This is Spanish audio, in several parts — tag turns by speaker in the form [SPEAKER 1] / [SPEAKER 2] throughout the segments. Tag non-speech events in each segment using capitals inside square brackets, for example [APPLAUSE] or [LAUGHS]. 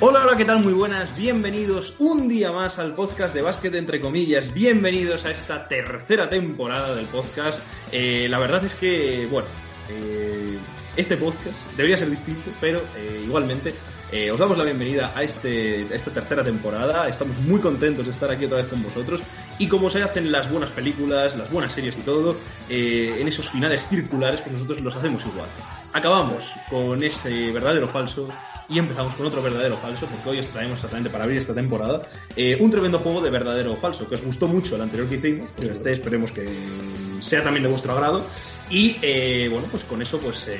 [SPEAKER 1] Hola, hola, ¿qué tal? Muy buenas, bienvenidos un día más al podcast de básquet entre comillas, bienvenidos a esta tercera temporada del podcast. Eh, la verdad es que, bueno, eh, este podcast debería ser distinto, pero eh, igualmente eh, os damos la bienvenida a, este, a esta tercera temporada, estamos muy contentos de estar aquí otra vez con vosotros y como se hacen las buenas películas, las buenas series y todo, eh, en esos finales circulares pues nosotros los hacemos igual. Acabamos con ese verdadero falso y empezamos con otro verdadero falso, porque hoy os traemos exactamente para abrir esta temporada eh, un tremendo juego de verdadero o falso, que os gustó mucho el anterior que hicimos, pues este esperemos que sea también de vuestro agrado. Y eh, bueno, pues con eso pues eh,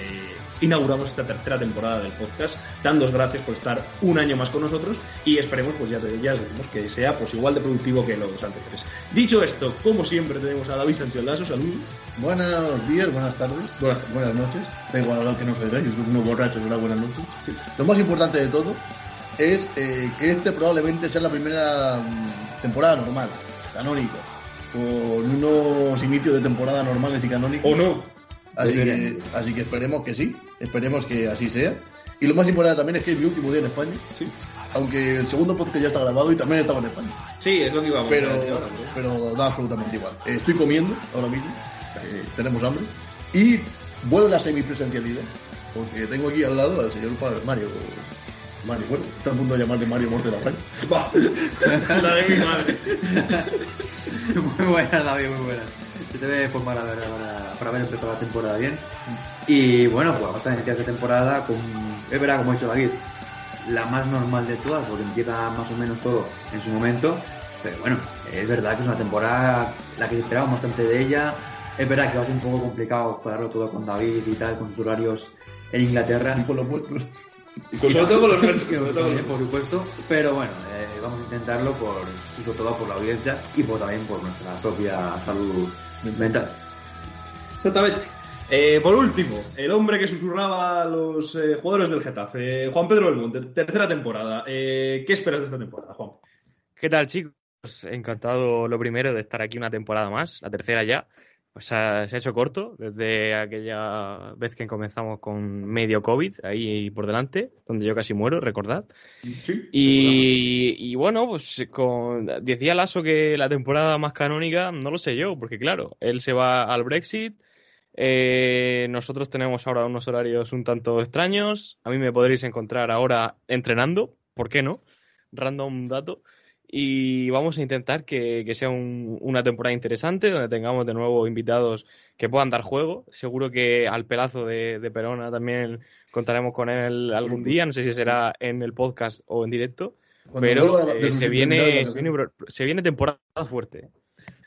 [SPEAKER 1] inauguramos esta tercera temporada del podcast, dándos gracias por estar un año más con nosotros y esperemos pues ya, te- ya os decimos que sea pues igual de productivo que los anteriores. Dicho esto, como siempre tenemos a David Sánchez Lasso, saludos.
[SPEAKER 2] Buenos días, buenas tardes, buenas, buenas noches. Da igual a lo que nos digáis, yo soy uno borracho, una buena noche. Lo más importante de todo es eh, que este probablemente sea la primera mm, temporada normal, canónica, con unos inicios de temporada normales y canónicos.
[SPEAKER 1] ¿O no?
[SPEAKER 2] Así que,
[SPEAKER 1] Deberían.
[SPEAKER 2] así que esperemos que sí, esperemos que así sea. Y lo más importante también es que es mi último día en España, sí. Aunque el segundo podcast ya está grabado y también estaba en España.
[SPEAKER 1] Sí, es lo que íbamos
[SPEAKER 2] Pero,
[SPEAKER 1] a decir ahora, ¿no?
[SPEAKER 2] pero da absolutamente igual. Eh, Estoy comiendo ahora mismo, eh, tenemos hambre. Y vuelve la semipresencialidad, porque tengo aquí al lado al señor Pa- Mario. Mario, bueno, está a punto de llamarle Mario Morte de la Franca.
[SPEAKER 1] Bah, [LAUGHS] la de mi madre.
[SPEAKER 3] [LAUGHS] Muy buenas, David, muy buenas. Yo te voy a informar a ver, para, para ver empezado la temporada bien. Y bueno, pues vamos a iniciar esta temporada con, es verdad, como ha dicho David, la más normal de todas, porque empieza más o menos todo en su momento. Pero bueno, es verdad que es una temporada la que esperábamos bastante de ella. Es verdad que va a ser un poco complicado pararlo todo con David y tal, con sus horarios en Inglaterra.
[SPEAKER 1] [LAUGHS]
[SPEAKER 2] Y con los vuestros.
[SPEAKER 1] Sobre todo con
[SPEAKER 3] [LAUGHS]
[SPEAKER 1] los versos,
[SPEAKER 3] Que
[SPEAKER 1] sobre
[SPEAKER 3] no
[SPEAKER 1] todo con
[SPEAKER 3] tiene,
[SPEAKER 1] los-
[SPEAKER 3] por supuesto, pero bueno, eh, vamos a intentarlo por, y sobre todo por la audiencia y por, también por nuestra propia salud mental.
[SPEAKER 1] Exactamente. Eh, por último, el hombre que susurraba a los eh, jugadores del Getafe, eh, Juan Pedro Belmonte, tercera temporada. Eh, ¿Qué esperas de esta temporada, Juan?
[SPEAKER 4] ¿Qué tal, chicos? Encantado lo primero de estar aquí una temporada más, la tercera ya. Pues ha- se ha hecho corto desde aquella vez que comenzamos con medio COVID ahí por delante, donde yo casi muero, recordad.
[SPEAKER 1] Sí.
[SPEAKER 4] Y, y bueno, pues con, decía Lasso que la temporada más canónica, no lo sé yo, porque claro, él se va al Brexit, eh, nosotros tenemos ahora unos horarios un tanto extraños, a mí me podréis encontrar ahora entrenando, ¿por qué no? Random dato. Y vamos a intentar que, que sea un- una temporada interesante, donde tengamos de nuevo invitados que puedan dar juego. Seguro que al pelazo de, de Perona también contaremos con él algún día, no sé si será en el podcast o en directo.
[SPEAKER 2] Cuando vuelva
[SPEAKER 4] Pero
[SPEAKER 2] de-
[SPEAKER 4] eh,
[SPEAKER 2] de-
[SPEAKER 4] se,
[SPEAKER 2] de-
[SPEAKER 4] viene,
[SPEAKER 2] de-
[SPEAKER 4] se, viene, bro- se viene temporada fuerte.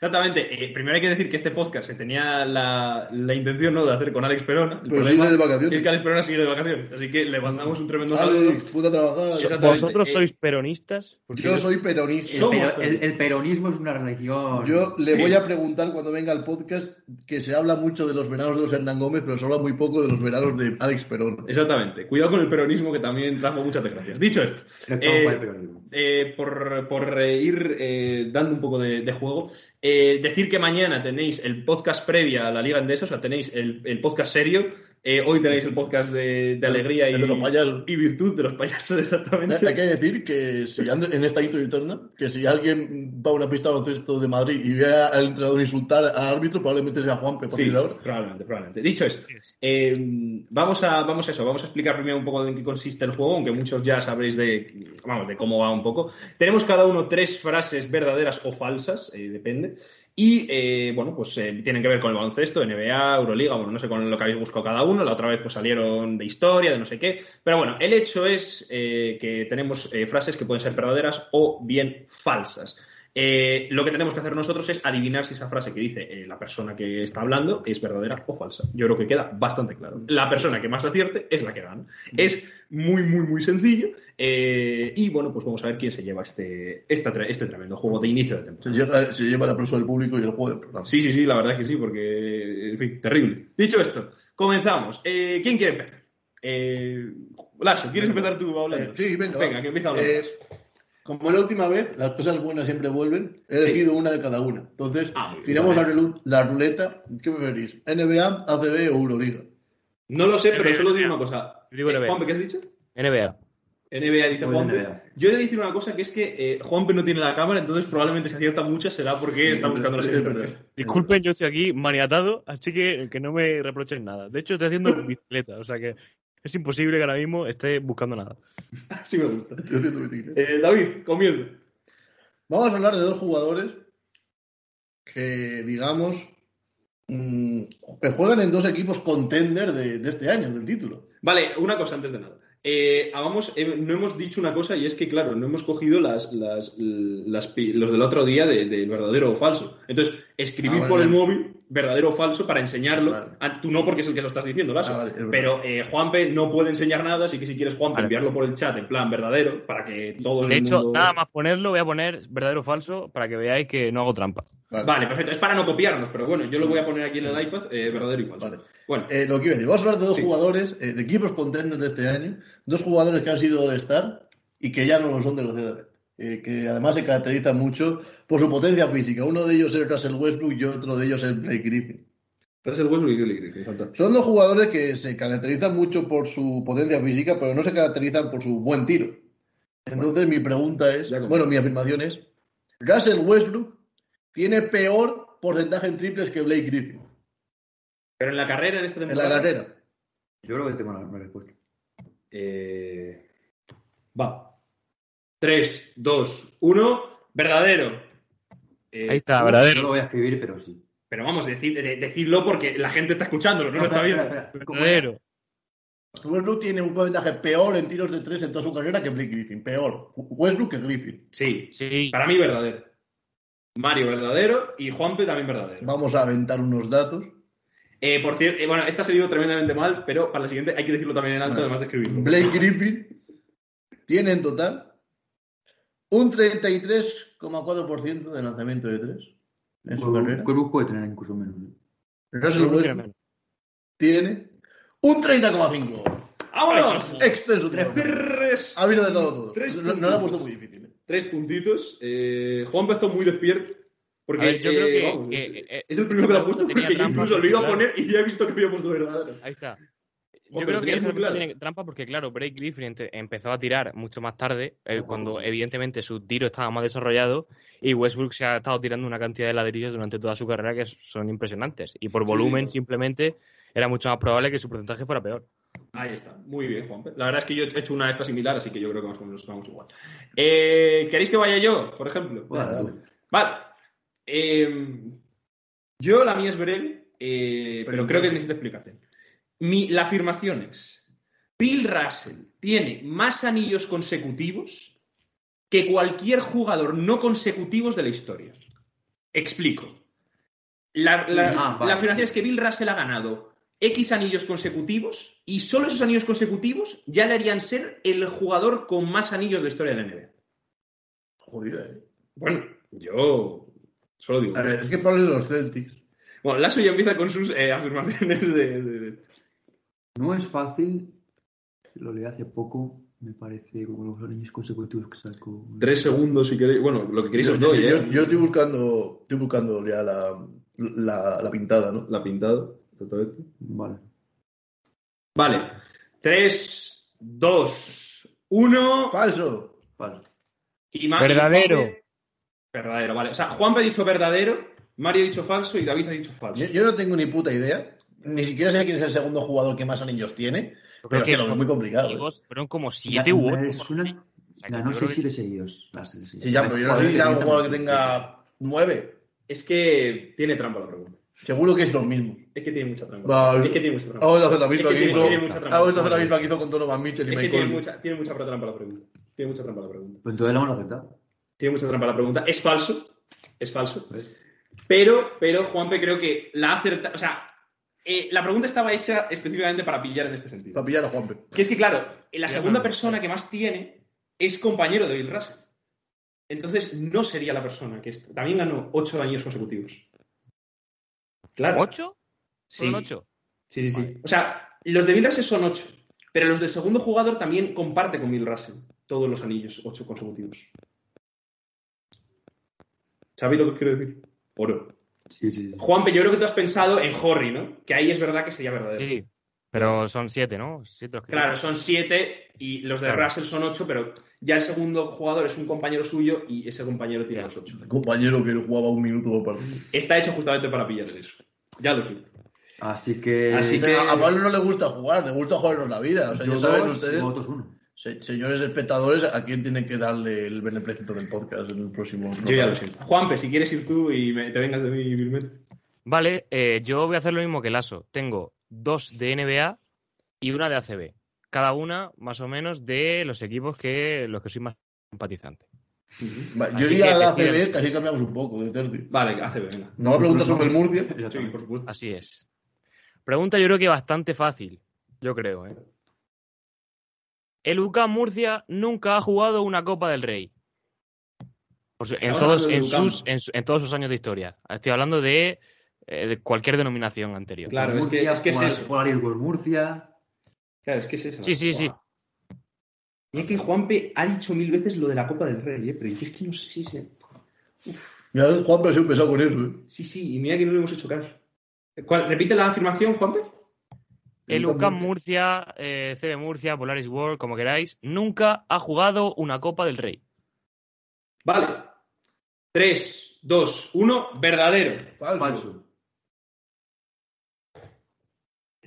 [SPEAKER 1] Exactamente. Eh, primero hay que decir que este podcast se tenía la, la intención ¿no? de hacer con Alex Perona. El
[SPEAKER 2] Pero si
[SPEAKER 1] problema
[SPEAKER 2] viene de
[SPEAKER 1] es
[SPEAKER 2] vacaciones. Ah,
[SPEAKER 1] que Alex Perona sigue de vacaciones, así que le mandamos un tremendo saludo.
[SPEAKER 2] Alex, puta trabajar.
[SPEAKER 1] Sí, exactamente.
[SPEAKER 4] ¿Vosotros
[SPEAKER 1] eh,
[SPEAKER 4] sois peronistas? Porque
[SPEAKER 2] Yo
[SPEAKER 4] yo-
[SPEAKER 2] soy
[SPEAKER 3] El,
[SPEAKER 2] peronista.
[SPEAKER 1] Somos
[SPEAKER 3] pero- el-
[SPEAKER 1] peronistas.
[SPEAKER 3] el peronismo es una religión.
[SPEAKER 2] Yo le
[SPEAKER 1] Sí.
[SPEAKER 2] voy a preguntar cuando venga el podcast que se habla mucho de los veranos de los Hernán Gómez, pero se habla muy poco de los veranos de Alex Perón.
[SPEAKER 1] Exactamente. Cuidado con el peronismo que también trajo muchas desgracias. Dicho esto,
[SPEAKER 3] Pero
[SPEAKER 1] eh,
[SPEAKER 3] ¿cuál es el peronismo?
[SPEAKER 1] eh, por, por, eh, ir eh, dando un poco de, de juego. Eh, decir que mañana tenéis el podcast previa a la Liga Endesa, o sea, tenéis el, el podcast serio. Eh, hoy tenéis el podcast de, de alegría y,
[SPEAKER 2] El de los payasos.
[SPEAKER 1] y virtud de los payasos, [LAUGHS]
[SPEAKER 2] Hay
[SPEAKER 1] exactamente.
[SPEAKER 2] que decir que si ando en esta intro interna, que si alguien va a una pista de baloncesto de Madrid y ve al entrenador insultar al árbitro, probablemente sea Juanpe a partir
[SPEAKER 1] Sí,
[SPEAKER 2] de ahora.
[SPEAKER 1] probablemente, probablemente. Dicho esto, eh, vamos, a, vamos a eso, vamos a explicar primero un poco de en qué consiste el juego, aunque muchos ya sabréis de, vamos, de cómo va un poco. Tenemos cada uno tres frases verdaderas o falsas, eh, depende. Y eh, bueno, pues eh, tienen que ver con el baloncesto, NBA, Euroliga, bueno, no sé con lo que habéis buscado cada uno. La otra vez pues salieron de historia, de no sé qué. Pero bueno, el hecho es eh, que tenemos frases que pueden ser verdaderas o bien falsas. Eh, lo que tenemos que hacer nosotros es adivinar si esa frase que dice eh, la persona que está hablando es verdadera o falsa. Yo creo que queda bastante claro. La persona que más acierte es la que gana. Es muy, muy, muy sencillo. y bueno, pues vamos a ver quién se lleva este, esta, este tremendo juego de inicio de temporada.
[SPEAKER 2] Se lleva, se lleva el aplauso del público y el juego del programa.
[SPEAKER 1] Sí, sí, sí, la verdad es que sí, porque, en fin, terrible. Dicho esto, comenzamos. Eh, ¿Quién quiere empezar? Eh, Lasso, ¿quieres empezar tú hablando?
[SPEAKER 2] Eh, sí, venga.
[SPEAKER 1] Venga,
[SPEAKER 2] va.
[SPEAKER 1] que empieza a hablar.
[SPEAKER 2] Eh, como la última vez, las cosas buenas siempre vuelven, he elegido una de cada una. Entonces,
[SPEAKER 1] Ah, muy bien,
[SPEAKER 2] tiramos la,
[SPEAKER 1] vale.
[SPEAKER 2] relu- la ruleta. ¿Qué preferís? NBA, ACB o Euroliga.
[SPEAKER 1] No lo sé, pero
[SPEAKER 4] NBA.
[SPEAKER 1] solo digo una cosa.
[SPEAKER 4] Yo digo
[SPEAKER 1] Eh,
[SPEAKER 4] NBA.
[SPEAKER 1] Juanpe, ¿qué has dicho?
[SPEAKER 4] NBA.
[SPEAKER 1] NBA dice
[SPEAKER 3] Voy
[SPEAKER 1] Juanpe.
[SPEAKER 3] NBA.
[SPEAKER 1] Yo debo decir una cosa que es que eh, Juanpe no tiene la cámara, entonces probablemente si acierta muchas será porque está buscando la
[SPEAKER 2] Es
[SPEAKER 1] siguiente.
[SPEAKER 2] verdad.
[SPEAKER 4] Disculpen, yo estoy aquí maniatado, así que que no me reprochen nada. De hecho, estoy [LAUGHS] haciendo bicicleta, o sea que es imposible que ahora mismo esté buscando nada.
[SPEAKER 1] [LAUGHS] Así me gusta.
[SPEAKER 2] Estoy haciendo mi tigre.
[SPEAKER 1] Eh, David, comienza.
[SPEAKER 2] Vamos a hablar de dos jugadores que, digamos, mm, que juegan en dos equipos contender de, de este año, del título.
[SPEAKER 1] Vale, una cosa antes de nada. Eh, ah, vamos, eh, no hemos dicho una cosa y es que, claro, no hemos cogido las, las, las pi- los del otro día del verdadero o falso. Entonces, escribid
[SPEAKER 2] Ah, vale,
[SPEAKER 1] por el
[SPEAKER 2] vale.
[SPEAKER 1] móvil verdadero o falso para enseñarlo.
[SPEAKER 2] Vale.
[SPEAKER 1] Ah, tú no, porque es el que lo estás diciendo, Lasso.
[SPEAKER 2] Ah, vale, es verdad.
[SPEAKER 1] Pero eh, Juanpe no puede enseñar nada, así que si quieres, Juanpe,
[SPEAKER 4] Vale.
[SPEAKER 1] enviarlo por el chat en plan verdadero para que todo
[SPEAKER 4] De
[SPEAKER 1] el
[SPEAKER 4] hecho,
[SPEAKER 1] mundo...
[SPEAKER 4] nada más ponerlo, voy a poner verdadero o falso para que veáis que no hago trampa.
[SPEAKER 1] Vale, perfecto. Es para no copiarnos, pero bueno, yo lo voy a poner aquí en el iPad, eh, verdadero y falso.
[SPEAKER 2] Vale.
[SPEAKER 1] Bueno,
[SPEAKER 2] Eh, lo que iba a decir, vamos a hablar de dos
[SPEAKER 1] Sí.
[SPEAKER 2] jugadores, eh, de equipos contenders de este año, dos jugadores que han sido All-Star y que ya no lo son desgraciadamente. Eh, que además se caracterizan mucho por su potencia física. Uno de ellos es Russell Westbrook y otro de ellos es Blake Griffin.
[SPEAKER 1] pero es el Westbrook y el Griffin, fantástico.
[SPEAKER 2] Son dos jugadores que se caracterizan mucho por su potencia física, pero no se caracterizan por su buen tiro. Entonces mi pregunta es,
[SPEAKER 1] Ya comprendo.
[SPEAKER 2] bueno, mi afirmación es, Russell Westbrook tiene peor porcentaje en triples que Blake Griffin
[SPEAKER 1] Pero en la carrera, en esta
[SPEAKER 2] en la
[SPEAKER 1] temporada...
[SPEAKER 2] carrera.
[SPEAKER 3] Yo creo que tengo la, la respuesta.
[SPEAKER 1] Eh, va. 3, 2, 1. Verdadero. Eh,
[SPEAKER 4] Ahí está,
[SPEAKER 3] No
[SPEAKER 4] Ah, verdadero.
[SPEAKER 3] lo voy a escribir, pero sí.
[SPEAKER 1] Pero vamos, decid, de- decidlo porque la gente está escuchándolo, no lo está
[SPEAKER 3] Espera,
[SPEAKER 1] viendo.
[SPEAKER 3] espera, espera. ¿Cómo es?
[SPEAKER 4] Verdadero.
[SPEAKER 2] Westbrook tiene un porcentaje peor en tiros de tres en toda su carrera que Blake Griffin. Peor. Westbrook que Griffin.
[SPEAKER 1] Sí.
[SPEAKER 4] Sí.
[SPEAKER 1] Para mí, verdadero. Mario, verdadero. Y Juanpe también verdadero.
[SPEAKER 2] Vamos a aventar unos datos.
[SPEAKER 1] Eh, por cierto, eh, bueno, esta se ha ido tremendamente mal, pero para la siguiente hay que decirlo también en alto,
[SPEAKER 2] Vale.
[SPEAKER 1] además de escribirlo.
[SPEAKER 2] Blake Griffin tiene en total un 33,4% de lanzamiento de tres en su carrera.
[SPEAKER 3] Cruz puede tener incluso menos. ¿eh?
[SPEAKER 2] Russell
[SPEAKER 4] Solo tiene
[SPEAKER 2] Westbrook
[SPEAKER 4] menos.
[SPEAKER 2] tiene un 30,5%.
[SPEAKER 1] ¡Vámonos!
[SPEAKER 2] Exceso.
[SPEAKER 1] Tres,
[SPEAKER 2] Ha habido de todo todo.
[SPEAKER 1] Tres
[SPEAKER 2] No, no lo ha puesto muy difícil. ¿eh?
[SPEAKER 1] tres puntitos. Eh, Juanpe está muy despierto. Porque
[SPEAKER 4] A ver, yo
[SPEAKER 1] eh,
[SPEAKER 4] creo que-
[SPEAKER 1] vamos,
[SPEAKER 4] que-
[SPEAKER 1] es,
[SPEAKER 4] eh,
[SPEAKER 1] es el primero que lo ha puesto
[SPEAKER 4] tenía
[SPEAKER 1] porque yo
[SPEAKER 4] trampa,
[SPEAKER 1] incluso lo iba a
[SPEAKER 4] claro.
[SPEAKER 1] poner y ya he visto que había puesto verdadero.
[SPEAKER 4] Ahí está. Yo
[SPEAKER 1] Joder,
[SPEAKER 4] creo
[SPEAKER 1] lo
[SPEAKER 4] que
[SPEAKER 1] tenías
[SPEAKER 4] esta
[SPEAKER 1] muy claro.
[SPEAKER 4] tiene trampa porque, claro, Blake Griffin ente- empezó a tirar mucho más tarde, eh, cuando evidentemente su tiro estaba más desarrollado, y Westbrook se ha estado tirando una cantidad de ladrillos durante toda su carrera que son impresionantes. Y por volumen, simplemente, era mucho más probable que su porcentaje fuera peor.
[SPEAKER 1] Ahí está, muy bien, Juan. La verdad es que yo he hecho una de estas similar, así que yo creo que más o menos vamos igual. Eh, ¿Queréis que vaya yo, por ejemplo?
[SPEAKER 3] Vale,
[SPEAKER 2] Vale,
[SPEAKER 3] vale.
[SPEAKER 1] Vale. Eh, yo la mía es breve, eh, pero creo que necesito explicación. Mi, la afirmación es, Bill Russell tiene más anillos consecutivos que cualquier jugador no consecutivos de la historia. Explico. La, la-
[SPEAKER 3] Ah, vale.
[SPEAKER 1] la afirmación es que Bill Russell ha ganado X anillos consecutivos y solo esos anillos consecutivos ya le harían ser el jugador con más anillos de la historia de la NBA.
[SPEAKER 2] Jodida, ¿eh?
[SPEAKER 1] Bueno, yo solo digo.
[SPEAKER 2] A ver, es que Pablo es de los Celtics.
[SPEAKER 1] Bueno, Lasso ya empieza con sus eh, afirmaciones de, de- de-
[SPEAKER 3] No es fácil. Lo leí hace poco. Me parece como los anillos consecutivos que saco.
[SPEAKER 1] Tres segundos, si queréis. Bueno, lo que queréis
[SPEAKER 2] Yo,
[SPEAKER 1] os doy,
[SPEAKER 2] yo-
[SPEAKER 1] ¿eh?
[SPEAKER 2] yo estoy buscando, estoy buscando ya la, la, la pintada, ¿no?
[SPEAKER 1] La pintada, exactamente.
[SPEAKER 3] Vale.
[SPEAKER 1] Vale. Tres, dos, uno.
[SPEAKER 2] Falso.
[SPEAKER 3] Vale.
[SPEAKER 1] Y Ma-
[SPEAKER 4] Verdadero.
[SPEAKER 1] y Juanpe- Verdadero, vale. O sea, Juan ha dicho verdadero, Mario ha dicho falso y David ha dicho falso.
[SPEAKER 2] Yo, yo no tengo ni puta idea. Ni siquiera sé quién es el segundo jugador que más anillos tiene. Pero
[SPEAKER 4] creo
[SPEAKER 2] es que
[SPEAKER 4] que
[SPEAKER 2] lo veo
[SPEAKER 4] con-
[SPEAKER 2] muy complicado. ¿eh?
[SPEAKER 4] Amigos, Fueron como siete u
[SPEAKER 3] Me
[SPEAKER 4] ocho.
[SPEAKER 3] suena-
[SPEAKER 4] O sea, que
[SPEAKER 3] Ganó
[SPEAKER 4] yo creo
[SPEAKER 3] seis
[SPEAKER 4] que-
[SPEAKER 3] siete seguidos. Las- las-
[SPEAKER 2] Sí, ya, pero yo no sé si hay algún jugador que tenga nueve.
[SPEAKER 1] Es que tiene trampa la pregunta.
[SPEAKER 2] Seguro que es lo mismo.
[SPEAKER 1] Es que tiene mucha trampa.
[SPEAKER 2] Vale.
[SPEAKER 1] Es que tiene mucha trampa.
[SPEAKER 2] Ahora hacer la misma
[SPEAKER 1] Es que
[SPEAKER 2] que
[SPEAKER 1] tiene- tiene mucha
[SPEAKER 2] hizo.
[SPEAKER 1] trampa.
[SPEAKER 2] Ahora hacer la misma que hizo con Donovan Mitchell
[SPEAKER 1] es
[SPEAKER 2] y
[SPEAKER 1] que
[SPEAKER 2] Mike
[SPEAKER 1] tiene
[SPEAKER 2] Conley.
[SPEAKER 1] mucha, tiene mucha trampa la pregunta. Tiene mucha trampa la pregunta.
[SPEAKER 3] Pues entonces lo hemos aceptado.
[SPEAKER 1] Tiene mucha trampa la pregunta. Es falso. Es falso.
[SPEAKER 3] ¿Ves?
[SPEAKER 1] Pero, pero Juanpe creo que la ha acertado. O sea, eh, la pregunta estaba hecha específicamente para pillar en este sentido.
[SPEAKER 2] Para pillar a Juanpe.
[SPEAKER 1] Que es que, claro, la
[SPEAKER 2] Ya,
[SPEAKER 1] segunda
[SPEAKER 2] claro.
[SPEAKER 1] persona que más tiene es compañero de Bill Russell. Entonces, no sería la persona que esto. También ganó ocho años consecutivos. Claro.
[SPEAKER 4] ¿Ocho?
[SPEAKER 1] Sí.
[SPEAKER 4] ¿Fueron ocho?
[SPEAKER 1] Sí, sí, sí.
[SPEAKER 4] Vale.
[SPEAKER 1] O sea, los de Bill Russell son ocho, pero los del segundo jugador también comparte con Bill Russell todos los anillos, ocho consecutivos. ¿Sabéis lo que quiero decir? ¿O no?
[SPEAKER 3] Sí, sí.
[SPEAKER 1] Juanpe, yo creo que tú has pensado en Horry, ¿no? Que ahí es verdad que sería verdadero.
[SPEAKER 4] Sí. Pero son siete, ¿no? Siete los que-
[SPEAKER 1] Claro, son siete y los de
[SPEAKER 4] Claro.
[SPEAKER 1] Russell son ocho, pero ya el segundo jugador es un compañero suyo y ese compañero tiene los ocho.
[SPEAKER 2] Compañero que jugaba un minuto por partido.
[SPEAKER 1] Está hecho justamente para pillar eso. Ya lo sé.
[SPEAKER 3] Así que.
[SPEAKER 1] Así que-
[SPEAKER 2] A Pablo no le gusta jugar, le gusta jugarnos la vida. O sea,
[SPEAKER 3] yo
[SPEAKER 2] ya saben
[SPEAKER 3] dos,
[SPEAKER 2] ustedes,
[SPEAKER 3] vosotros uno.
[SPEAKER 2] se- señores espectadores, a quién tienen que darle el beneplácito del podcast en el próximo.
[SPEAKER 1] Yo ya lo sé. Juanpe, si quieres ir tú y me- te vengas de mí, Vilmet.
[SPEAKER 4] Vale, eh, yo voy a hacer lo mismo que Lasso. Tengo dos de NBA y una de ACB. Cada una, más o menos, de los equipos que los que soy más simpatizante.
[SPEAKER 2] Va,
[SPEAKER 4] Así
[SPEAKER 2] Yo iría
[SPEAKER 4] que
[SPEAKER 2] a la ACB,
[SPEAKER 4] decidan.
[SPEAKER 2] que así cambiamos un poco de tercio.
[SPEAKER 1] Vale, hace venga.
[SPEAKER 2] No va a preguntar sobre el Murcia.
[SPEAKER 1] Sí,
[SPEAKER 3] Exactamente.
[SPEAKER 1] por supuesto.
[SPEAKER 4] Así es. Pregunta yo creo que bastante fácil. Yo creo, ¿eh? El UCAM Murcia nunca ha jugado una Copa del Rey. Por su- en,
[SPEAKER 1] Estamos
[SPEAKER 4] todos,
[SPEAKER 1] hablando del
[SPEAKER 4] en,
[SPEAKER 1] UCAM.
[SPEAKER 4] sus, en, su- en todos sus años de historia. Estoy hablando de, eh, de cualquier denominación anterior.
[SPEAKER 1] Claro, es que,
[SPEAKER 3] Murcia,
[SPEAKER 1] es que es
[SPEAKER 3] jugar-
[SPEAKER 1] eso.
[SPEAKER 3] Jugar ir con Murcia.
[SPEAKER 1] Claro, es que es eso.
[SPEAKER 4] Sí, sí, sí.
[SPEAKER 1] Mira que Juanpe ha dicho mil veces lo de la Copa del Rey, ¿eh? pero yo es que no sé si se...
[SPEAKER 2] Mira, Juanpe se ha empezado con eso. ¿eh?
[SPEAKER 1] Sí, sí, y mira que no le hemos hecho caso. ¿Cuál? ¿Repite la afirmación, Juanpe?
[SPEAKER 4] El
[SPEAKER 2] Nunca
[SPEAKER 4] UCAM Murcia, eh, CB Murcia, Polaris World, como queráis, nunca ha jugado una Copa del Rey.
[SPEAKER 1] Vale. 3, 2, 1, verdadero.
[SPEAKER 3] Falso.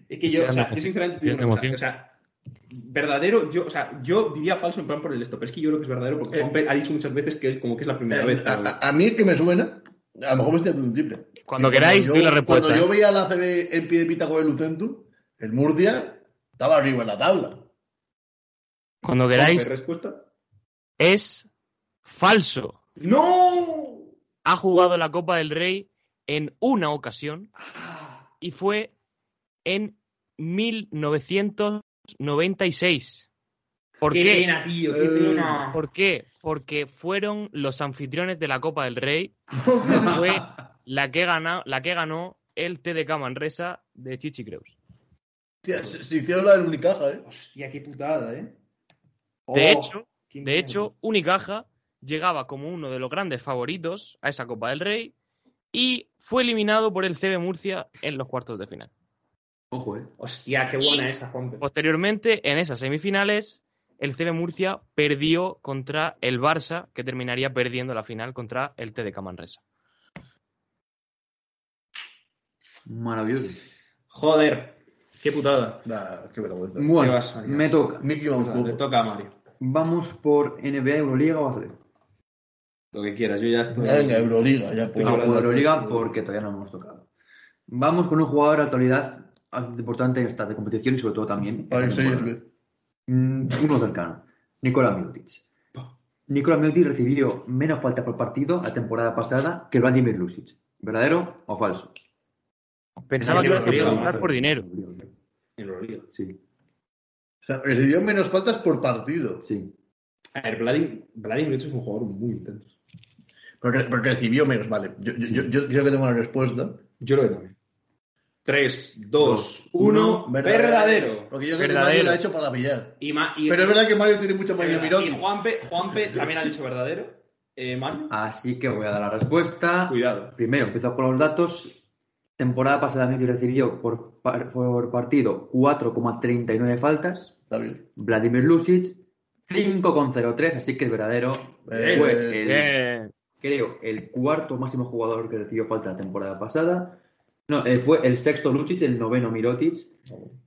[SPEAKER 1] Es que yo, o sea, yo sinceramente digo
[SPEAKER 4] Cierta
[SPEAKER 1] una cosa,
[SPEAKER 4] emoción.
[SPEAKER 1] o sea, verdadero, yo, o sea, yo diría falso en plan por el esto, pero es que yo creo que es verdadero porque
[SPEAKER 2] Eh.
[SPEAKER 1] Juanpe ha dicho muchas veces que como que es la primera vez.
[SPEAKER 2] Eh,
[SPEAKER 1] que lo ve.
[SPEAKER 2] A, a- a mí el que me suena, a lo mejor me estoy haciendo un triple.
[SPEAKER 4] Cuando queráis,
[SPEAKER 2] yo-
[SPEAKER 4] doy la respuesta. ¿eh?
[SPEAKER 2] Cuando yo veía la ACB en pie de pita con el Lucentum, el Murcia estaba arriba en la tabla.
[SPEAKER 4] Cuando
[SPEAKER 1] Juanpe,
[SPEAKER 4] queráis,
[SPEAKER 1] ¿Respuesta?
[SPEAKER 4] es falso.
[SPEAKER 1] ¡No!
[SPEAKER 4] Ha jugado la Copa del Rey en una ocasión y fue en 1996. ¿Por qué?
[SPEAKER 1] pena, tío,
[SPEAKER 2] Eh,
[SPEAKER 4] ¿Por qué? Porque fueron los anfitriones de la Copa del Rey.
[SPEAKER 1] [LAUGHS]
[SPEAKER 4] Fue la que, gana- la que ganó el TDK Manresa de Chichi Creus.
[SPEAKER 2] Tía, se, se hicieron la del Unicaja, ¿eh?
[SPEAKER 1] Hostia, qué putada, ¿eh?
[SPEAKER 4] De
[SPEAKER 1] Oh,
[SPEAKER 4] hecho,
[SPEAKER 1] qué
[SPEAKER 4] De
[SPEAKER 1] mierda.
[SPEAKER 4] hecho, Unicaja llegaba como uno de los grandes favoritos a esa Copa del Rey y fue eliminado por el CB Murcia en los cuartos de final.
[SPEAKER 3] Ojo, eh.
[SPEAKER 1] Hostia, qué buena esa, Juanpe.
[SPEAKER 4] Posteriormente, en esas semifinales, el CB Murcia perdió contra el Barça, que terminaría perdiendo la final contra el TDK Manresa.
[SPEAKER 3] Maravilloso.
[SPEAKER 1] Joder, qué putada.
[SPEAKER 2] Nah, qué vergüenza.
[SPEAKER 3] Bueno,
[SPEAKER 1] vas, Mario?
[SPEAKER 3] me toca.
[SPEAKER 2] Nicky
[SPEAKER 1] O sea,
[SPEAKER 2] Mauscopo.
[SPEAKER 1] le toca a Mario.
[SPEAKER 3] Vamos por NBA, Euroliga o ACB.
[SPEAKER 1] Lo que quieras, yo ya estoy.
[SPEAKER 2] Venga, Euroliga, ya pues, puedo.
[SPEAKER 3] Ah, por Euroliga porque todavía no hemos tocado. Vamos con un jugador de actualidad importante en esta de competición y sobre todo también.
[SPEAKER 2] Ay,
[SPEAKER 3] esta
[SPEAKER 2] sí,
[SPEAKER 3] temporada.
[SPEAKER 1] eh.
[SPEAKER 3] Mm, uno cercano, Nikola Mirotic. Nikola Mirotic recibió menos faltas por partido la temporada pasada que Vladimir Lucic. ¿Verdadero o falso?
[SPEAKER 4] Pensaba que
[SPEAKER 1] Euroliga,
[SPEAKER 4] ibas a preguntar
[SPEAKER 1] Euroliga.
[SPEAKER 4] por dinero.
[SPEAKER 1] en Euroliga.
[SPEAKER 3] Sí,
[SPEAKER 2] o sea, recibió menos faltas por partido.
[SPEAKER 3] sí.
[SPEAKER 1] A ver, Vladimir Vladimir Ilyich es un jugador muy intenso.
[SPEAKER 2] Porque, porque recibió menos, vale. Yo, yo, yo, yo creo que tengo una respuesta.
[SPEAKER 1] Yo lo veo también. 3, 2,
[SPEAKER 3] Dos,
[SPEAKER 1] 1,
[SPEAKER 2] uno,
[SPEAKER 1] verdadero.
[SPEAKER 2] Porque yo creo que Mario
[SPEAKER 4] Verdadero.
[SPEAKER 2] la ha hecho para pillar.
[SPEAKER 1] Y, ma- y-
[SPEAKER 2] Pero es verdad que Mario tiene mucha
[SPEAKER 1] y
[SPEAKER 2] manía
[SPEAKER 1] y
[SPEAKER 2] Mirotic.
[SPEAKER 1] Juanpe, Juanpe también ha dicho verdadero. Eh, Mario,
[SPEAKER 3] Así que voy a dar la respuesta.
[SPEAKER 1] cuidado.
[SPEAKER 3] Primero, empiezo con los datos. Temporada pasada Mirotic recibió por, par- por partido 4,39 faltas.
[SPEAKER 2] Está bien.
[SPEAKER 3] Vladimir Lucic 5,03, así que el verdadero
[SPEAKER 2] Eh,
[SPEAKER 3] fue
[SPEAKER 2] eh,
[SPEAKER 3] el,
[SPEAKER 4] Eh,
[SPEAKER 3] creo, el cuarto máximo jugador que recibió falta la temporada pasada. No, eh, fue el sexto Lucic, el noveno Mirotic,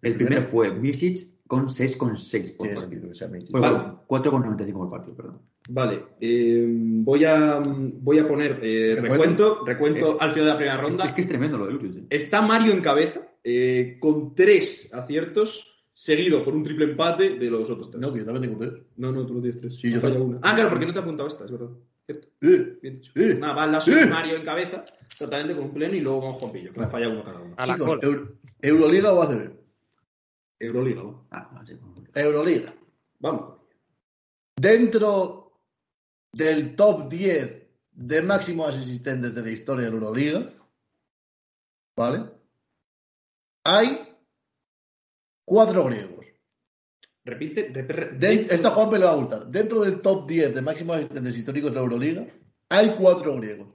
[SPEAKER 3] el primero fue Misic con 6,6 por
[SPEAKER 2] Tiene
[SPEAKER 3] partido.
[SPEAKER 2] sentido eh, que sea 20.
[SPEAKER 3] Pues
[SPEAKER 1] Vale.
[SPEAKER 3] bueno, 4,95 por partido, perdón.
[SPEAKER 1] Vale, eh, voy, a, voy a poner eh, recuento,
[SPEAKER 3] Recuento.
[SPEAKER 1] recuento
[SPEAKER 3] Eh,
[SPEAKER 1] al final de la primera
[SPEAKER 3] Es,
[SPEAKER 1] ronda.
[SPEAKER 3] que es tremendo lo de Lucius. ¿eh?
[SPEAKER 1] Está Mario en cabeza, eh, con tres aciertos, seguido por un triple empate de los otros tres.
[SPEAKER 2] Ah, No, que yo también tengo tres.
[SPEAKER 1] No, no, tú no tienes tres.
[SPEAKER 2] Sí, yo
[SPEAKER 1] Has fallado
[SPEAKER 2] también.
[SPEAKER 1] una. Ah, claro, porque no te he apuntado esta, es verdad. Cierto,
[SPEAKER 2] Eh,
[SPEAKER 1] bien dicho.
[SPEAKER 2] Sí.
[SPEAKER 1] Nada, va la
[SPEAKER 2] Sí.
[SPEAKER 1] Mario en cabeza, exactamente con un pleno y luego con Juan Pillo, que me
[SPEAKER 2] Vale.
[SPEAKER 1] falla uno cada uno.
[SPEAKER 4] A la
[SPEAKER 2] chicos,
[SPEAKER 4] cola.
[SPEAKER 2] Euro- ¿Euroliga o ACB?
[SPEAKER 1] Euroliga, ¿no?
[SPEAKER 3] Ah, no sé. bueno.
[SPEAKER 2] Euroliga.
[SPEAKER 1] Vamos.
[SPEAKER 2] Dentro del top 10 de máximos asistentes de la historia de la Euroliga, ¿vale? Hay cuatro griegos.
[SPEAKER 1] Repite, repite.
[SPEAKER 2] Den- esta Juan me le va a gustar. Dentro del top 10 de máximos asistentes históricos de la Euroliga, hay cuatro griegos.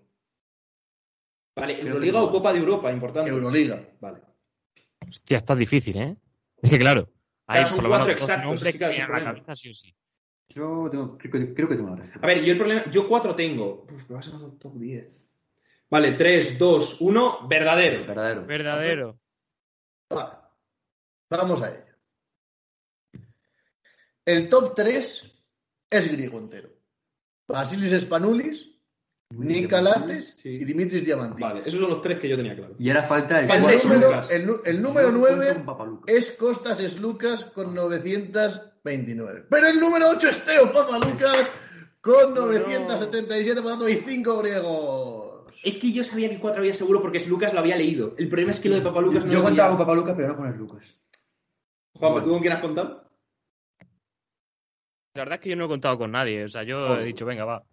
[SPEAKER 1] Vale,
[SPEAKER 3] que
[SPEAKER 1] Euroliga
[SPEAKER 3] no.
[SPEAKER 1] o Copa de Europa, importante.
[SPEAKER 2] Euroliga.
[SPEAKER 1] Vale.
[SPEAKER 4] Hostia, está difícil, ¿eh? [LAUGHS] Es que claro.
[SPEAKER 1] Claro,
[SPEAKER 4] Hay
[SPEAKER 1] son
[SPEAKER 4] por lo
[SPEAKER 1] cuatro
[SPEAKER 4] menos dos
[SPEAKER 1] exactos,
[SPEAKER 4] nombres
[SPEAKER 1] es que claro,
[SPEAKER 4] que
[SPEAKER 1] es un
[SPEAKER 4] vienen a la
[SPEAKER 1] problema.
[SPEAKER 4] cabeza, sí o sí.
[SPEAKER 3] Yo tengo, creo, que- creo que tengo una
[SPEAKER 1] A ver, yo el problema. Yo cuatro tengo. Uf, me vas a dar un top 10. Vale, 3, 2, 1, verdadero.
[SPEAKER 3] Verdadero.
[SPEAKER 4] Verdadero.
[SPEAKER 2] Vale. Vamos a ello. El top 3 es griego entero. Basilis Spanulis, Nicolates
[SPEAKER 1] Sí.
[SPEAKER 2] y Dimitris Diamantis.
[SPEAKER 1] Vale, esos son los tres que yo tenía claro.
[SPEAKER 3] Y ahora falta el
[SPEAKER 1] Falta
[SPEAKER 2] El
[SPEAKER 1] Alex
[SPEAKER 2] número,
[SPEAKER 1] Lucas.
[SPEAKER 2] el nu- el número 9
[SPEAKER 3] Papaluca.
[SPEAKER 2] es Costas es Lucas con 929. Pero el número 8 es Teo Papa Lucas con
[SPEAKER 4] No.
[SPEAKER 2] 977, por lo tanto, hay 5 griegos.
[SPEAKER 1] Es que yo sabía que cuatro había seguro porque Lucas lo había leído. El problema es que lo de Papá Lucas no
[SPEAKER 3] Yo
[SPEAKER 1] lo
[SPEAKER 3] contaba
[SPEAKER 1] había.
[SPEAKER 3] con Papaluca, pero no con el Lucas.
[SPEAKER 1] Juanpa, ¿tú con quién has contado?
[SPEAKER 4] La verdad es que yo no he contado con nadie. O sea, yo
[SPEAKER 2] Oh.
[SPEAKER 4] he dicho, venga, va.